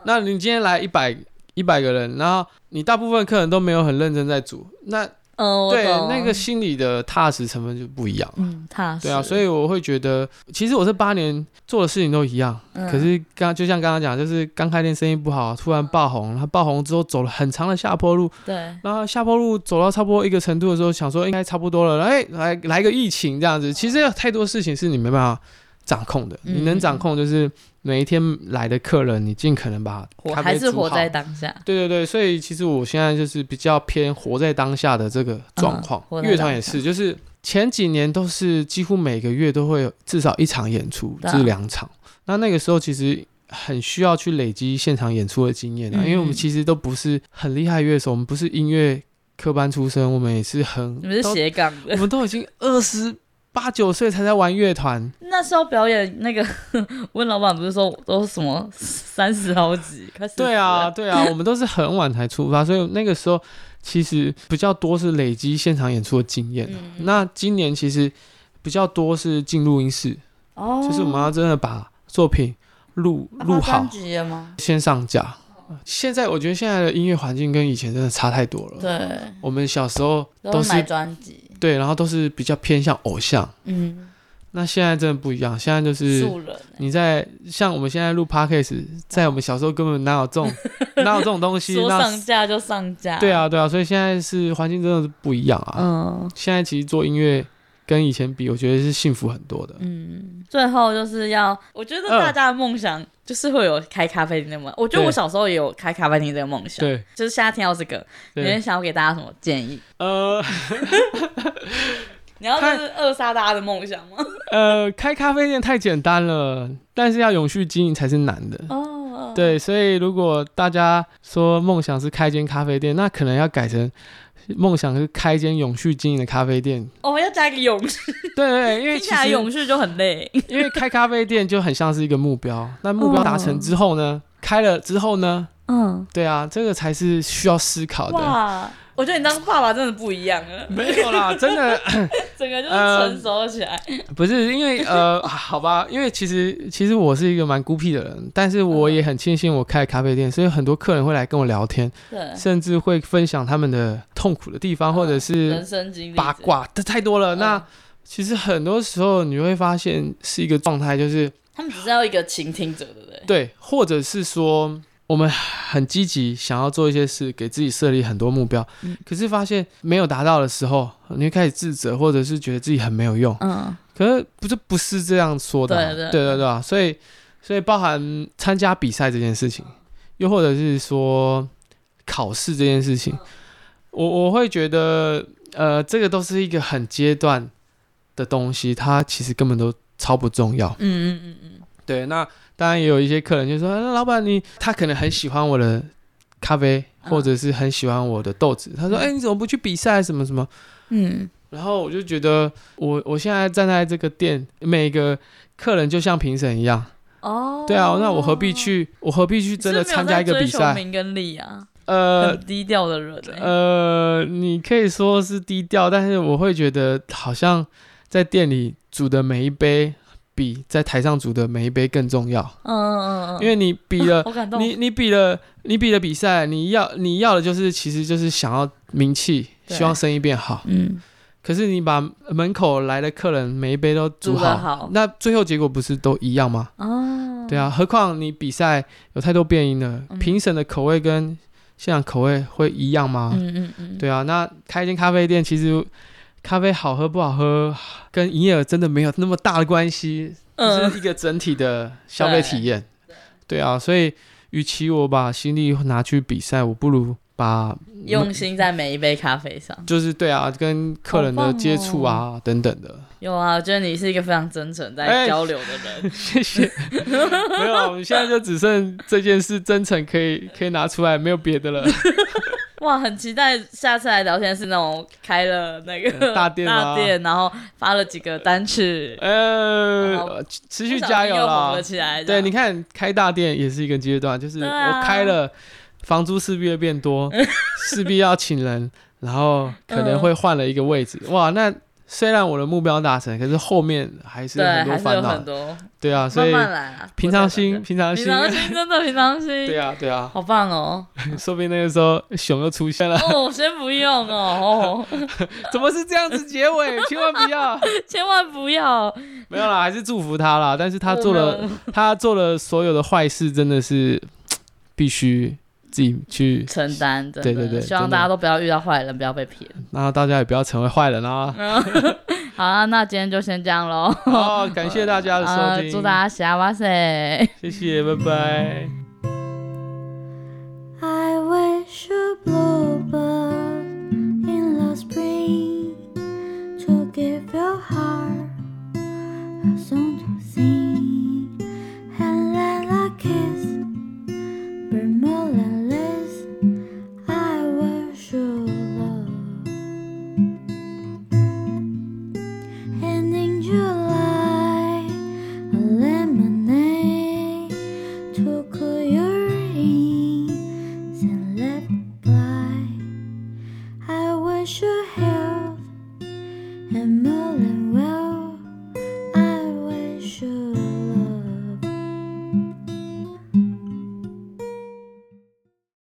[SPEAKER 2] 那你今天来一百一百个人，然后你大部分客人都没有很认真在煮，那
[SPEAKER 1] 嗯，我
[SPEAKER 2] 对
[SPEAKER 1] 懂
[SPEAKER 2] 那个，心理的踏实成分就不一样。
[SPEAKER 1] 嗯，踏实，
[SPEAKER 2] 对啊，所
[SPEAKER 1] 以
[SPEAKER 2] 以我会觉得，其实我这八年做的事情都一样，
[SPEAKER 1] 嗯
[SPEAKER 2] 可是刚就像刚刚讲，就是刚开店生意不好，突然爆红，然后爆红之后走了很长的下坡路，
[SPEAKER 1] 对，
[SPEAKER 2] 然后下坡路走到差不多一个程度的时候，想说应该差不多了，哎，来来个疫情这样子，其实有太多事情是你没办法掌控的，
[SPEAKER 1] 嗯
[SPEAKER 2] 你能掌控就是每一天来的客人，你尽可能把
[SPEAKER 1] 活
[SPEAKER 2] 咖
[SPEAKER 1] 还
[SPEAKER 2] 啡
[SPEAKER 1] 是
[SPEAKER 2] 煮
[SPEAKER 1] 活。
[SPEAKER 2] 好
[SPEAKER 1] 在当下，
[SPEAKER 2] 对对对，所以其实我现在就是比较偏活在当下的这个状况
[SPEAKER 1] 嗯。活在
[SPEAKER 2] 乐团
[SPEAKER 1] 当
[SPEAKER 2] 也
[SPEAKER 1] 下
[SPEAKER 2] 是，就是前几年都是几乎每个月都会有至少一场演出
[SPEAKER 1] 对啊
[SPEAKER 2] 至两场，那那个时候其实。很需要去累积现场演出的经验啊，
[SPEAKER 1] 嗯
[SPEAKER 2] 因为我们其实都不是很厉害的乐手，我们不是音乐科班出身，我们也是很，
[SPEAKER 1] 你们是
[SPEAKER 2] 都
[SPEAKER 1] 斜杠
[SPEAKER 2] 我
[SPEAKER 1] 的。
[SPEAKER 2] 们都已经二十八九岁才在玩乐团，
[SPEAKER 1] 那时候表演那个 温老板不是说都什么三十好几，快40
[SPEAKER 2] 对啊，
[SPEAKER 1] 了，
[SPEAKER 2] 对啊，我们都是很晚才出发，所以那个时候其实比较多是累积现场演出的经验啊、
[SPEAKER 1] 嗯嗯
[SPEAKER 2] 那今年其实比较多是进录音室，
[SPEAKER 1] 哦，
[SPEAKER 2] 就是我们要真的把作品录
[SPEAKER 1] 啊
[SPEAKER 2] 录
[SPEAKER 1] 发
[SPEAKER 2] 好
[SPEAKER 1] 专，辑了吗？
[SPEAKER 2] 先上架。
[SPEAKER 1] 哦
[SPEAKER 2] 现在我觉得现在的音乐环境跟以前真的差太多了。
[SPEAKER 1] 对，
[SPEAKER 2] 我们小时候
[SPEAKER 1] 都
[SPEAKER 2] 都
[SPEAKER 1] 是买
[SPEAKER 2] 是
[SPEAKER 1] 专辑，
[SPEAKER 2] 对，然后都是比较偏向偶像，
[SPEAKER 1] 嗯，
[SPEAKER 2] 那现在真的不一样，现在就是
[SPEAKER 1] 素人欸，
[SPEAKER 2] 你在像我们现在录 podcast，在我们小时候根本哪有这 种哪有这种东西，
[SPEAKER 1] 说
[SPEAKER 2] 那
[SPEAKER 1] 上架就上架，
[SPEAKER 2] 对，啊对啊，所以现在是环境真的是不一样啊。
[SPEAKER 1] 嗯。
[SPEAKER 2] 现在其实做音乐跟以前比，我觉得是幸福很多的。
[SPEAKER 1] 嗯，最后就是要，我觉得
[SPEAKER 2] 嗯
[SPEAKER 1] 大家的梦想就是会有开咖啡厅的梦。我觉得
[SPEAKER 2] 对
[SPEAKER 1] 我小时候也有开咖啡厅这个梦想，
[SPEAKER 2] 对
[SPEAKER 1] 就是现在听到这个，你们
[SPEAKER 2] 对，
[SPEAKER 1] 想要给大家什么建议？
[SPEAKER 2] 呃
[SPEAKER 1] 你要就是扼杀大家的梦想吗？
[SPEAKER 2] 呃，开咖啡店太简单了，但是要永续经营才是难的。
[SPEAKER 1] 哦，
[SPEAKER 2] 对，所以如果大家说梦想是开间咖啡店，那可能要改成梦想是开间永续经营的咖啡店。
[SPEAKER 1] 哦，要加一个永续，
[SPEAKER 2] 对对对，因为
[SPEAKER 1] 听
[SPEAKER 2] 其
[SPEAKER 1] 起来
[SPEAKER 2] 实
[SPEAKER 1] 永续就很累。
[SPEAKER 2] 因为开咖啡店就很像是一个目标，那目标达
[SPEAKER 1] 哦
[SPEAKER 2] 成之后呢，开了之后呢，
[SPEAKER 1] 嗯，
[SPEAKER 2] 对啊，这个才是需要思考的。
[SPEAKER 1] 哇，我觉得你当爸爸真的不一样了，
[SPEAKER 2] 没有啦，真的
[SPEAKER 1] 整个就是成熟起来。
[SPEAKER 2] 不是 因为呃，好吧，因为其实其实我是一个蛮孤僻的人，但是我也很庆幸我开了咖啡店，所以很多客人会来跟我聊天，
[SPEAKER 1] 对，
[SPEAKER 2] 甚至会分享他们的痛苦的地方，或者
[SPEAKER 1] 人
[SPEAKER 2] 是
[SPEAKER 1] 生经历
[SPEAKER 2] 八卦，这太多了。
[SPEAKER 1] 嗯
[SPEAKER 2] 那其实很多时候你会发现是一个状态，就是
[SPEAKER 1] 他们只是要一个倾听者，对不对？
[SPEAKER 2] 对，或者是说我们很积极，想要做一些事，给自己设立很多目标，
[SPEAKER 1] 嗯
[SPEAKER 2] 可是发现没有达到的时候，你会开始自责，或者是觉得自己很没有用。
[SPEAKER 1] 嗯，
[SPEAKER 2] 可是不是不是这样说的啊、
[SPEAKER 1] 对对
[SPEAKER 2] 对对啊所以所以包含参加比赛这件事情，又或者是说考试这件事情，我我会觉得呃，这个都是一个很阶段的东西，它其实根本都超不重要。
[SPEAKER 1] 嗯嗯嗯嗯，
[SPEAKER 2] 对，那当然也有一些客人就说，啊、老板你他可能很喜欢我的咖啡，
[SPEAKER 1] 嗯
[SPEAKER 2] 或者是很喜欢我的豆子，他说，
[SPEAKER 1] 嗯
[SPEAKER 2] 哎、你怎么不去比赛什么什么？
[SPEAKER 1] 嗯，
[SPEAKER 2] 然后我就觉得我，我现在站在这个店，每个客人就像评审一样，啊
[SPEAKER 1] 哦，
[SPEAKER 2] 对啊，那我何必去，我何必去真的参加一个比
[SPEAKER 1] 哦你是没有在追求
[SPEAKER 2] 赛？
[SPEAKER 1] 名跟利啊，
[SPEAKER 2] 呃
[SPEAKER 1] 很低调的人、欸。
[SPEAKER 2] 呃，你可以说是低调，但是我会觉得好像在店里煮的每一杯比在台上煮的每一杯更重要，
[SPEAKER 1] 嗯嗯嗯，
[SPEAKER 2] 因为你比
[SPEAKER 1] 啊
[SPEAKER 2] 了
[SPEAKER 1] 好感动，
[SPEAKER 2] 你你比了你比了比赛，你要你要的就是其实就是想要名气，
[SPEAKER 1] 对
[SPEAKER 2] 希望生意变好。
[SPEAKER 1] 嗯，
[SPEAKER 2] 可是你把门口来的客人每一杯都
[SPEAKER 1] 煮
[SPEAKER 2] 煮
[SPEAKER 1] 得
[SPEAKER 2] 好，
[SPEAKER 1] 好
[SPEAKER 2] 那最后结果不是都一样吗？
[SPEAKER 1] 哦，
[SPEAKER 2] 对啊，何况你比赛有太多变因了
[SPEAKER 1] 嗯，
[SPEAKER 2] 评审的口味跟现场口味会一样吗？
[SPEAKER 1] 嗯嗯嗯，
[SPEAKER 2] 对啊，那开一间咖啡店，其实咖啡好喝不好喝，跟营业额真的没有那么大的关系，
[SPEAKER 1] 嗯
[SPEAKER 2] 就是一个整体的消费体验。对啊，所以与其我把心力拿去比赛，我不如把
[SPEAKER 1] 用心在每一杯咖啡上。
[SPEAKER 2] 就是对啊，跟客人
[SPEAKER 1] 好
[SPEAKER 2] 的
[SPEAKER 1] 棒哦
[SPEAKER 2] 接触啊、等等的。
[SPEAKER 1] 有啊，我觉得你是一个非常真诚在
[SPEAKER 2] 哎
[SPEAKER 1] 交流的 人。
[SPEAKER 2] 谢 谢。没有啊，我们现在就只剩这件事真诚可以可以拿出来，没有 别的了。
[SPEAKER 1] 哇，很期待下次来聊天是那种开了那个
[SPEAKER 2] 呃大店
[SPEAKER 1] 大
[SPEAKER 2] 吗
[SPEAKER 1] 店，然后发了几个单曲，
[SPEAKER 2] 呃
[SPEAKER 1] 好，
[SPEAKER 2] 持续加
[SPEAKER 1] 不小心
[SPEAKER 2] 油
[SPEAKER 1] 又红
[SPEAKER 2] 啦
[SPEAKER 1] 了！起来。这
[SPEAKER 2] 对，
[SPEAKER 1] 样
[SPEAKER 2] 你看开大店也是一个阶段，就是
[SPEAKER 1] 对啊
[SPEAKER 2] 我开了，房租势必会 变多，势必要请人，然后可能会换了一个位置。
[SPEAKER 1] 嗯
[SPEAKER 2] 哇，那虽然我的目标达成，可是后面还是有
[SPEAKER 1] 对
[SPEAKER 2] 很
[SPEAKER 1] 还
[SPEAKER 2] 多
[SPEAKER 1] 是
[SPEAKER 2] 烦
[SPEAKER 1] 有
[SPEAKER 2] 恼
[SPEAKER 1] 很。多，
[SPEAKER 2] 对啊，所
[SPEAKER 1] 慢
[SPEAKER 2] 以
[SPEAKER 1] 慢来啊，
[SPEAKER 2] 平常
[SPEAKER 1] 不
[SPEAKER 2] 心，
[SPEAKER 1] 会
[SPEAKER 2] 平常
[SPEAKER 1] 这
[SPEAKER 2] 心，
[SPEAKER 1] 样，平常 心真的平常心。
[SPEAKER 2] 对啊，对啊，
[SPEAKER 1] 好棒哦！
[SPEAKER 2] 说不定那个时候熊又出现了。
[SPEAKER 1] 哦，先不用哦，哦
[SPEAKER 2] 怎么是这样子结 尾？千万不要，
[SPEAKER 1] 千万不要。
[SPEAKER 2] 没有啦，还是祝福他啦。但是 他做了，
[SPEAKER 1] 嗯
[SPEAKER 2] 他做了所有的坏事，真的是必须自己去，
[SPEAKER 1] 承担，真的
[SPEAKER 2] 对对对
[SPEAKER 1] 希望
[SPEAKER 2] 真的
[SPEAKER 1] 大家都不要遇到坏人，不要被骗。
[SPEAKER 2] 然后大家也不要成为坏人啊。
[SPEAKER 1] 好啊，那今天就先这样喽。
[SPEAKER 2] 好，感谢大家的收
[SPEAKER 1] 哦呃，
[SPEAKER 2] 听，
[SPEAKER 1] 祝大家喜啊哇塞！
[SPEAKER 2] 谢谢，拜拜。
[SPEAKER 3] I wish a bluebird in the spring to give your heart a song to sing, and let a kiss be more than less. I wish you love, and in July a lemonade to cool your ears and left blind. I wish you had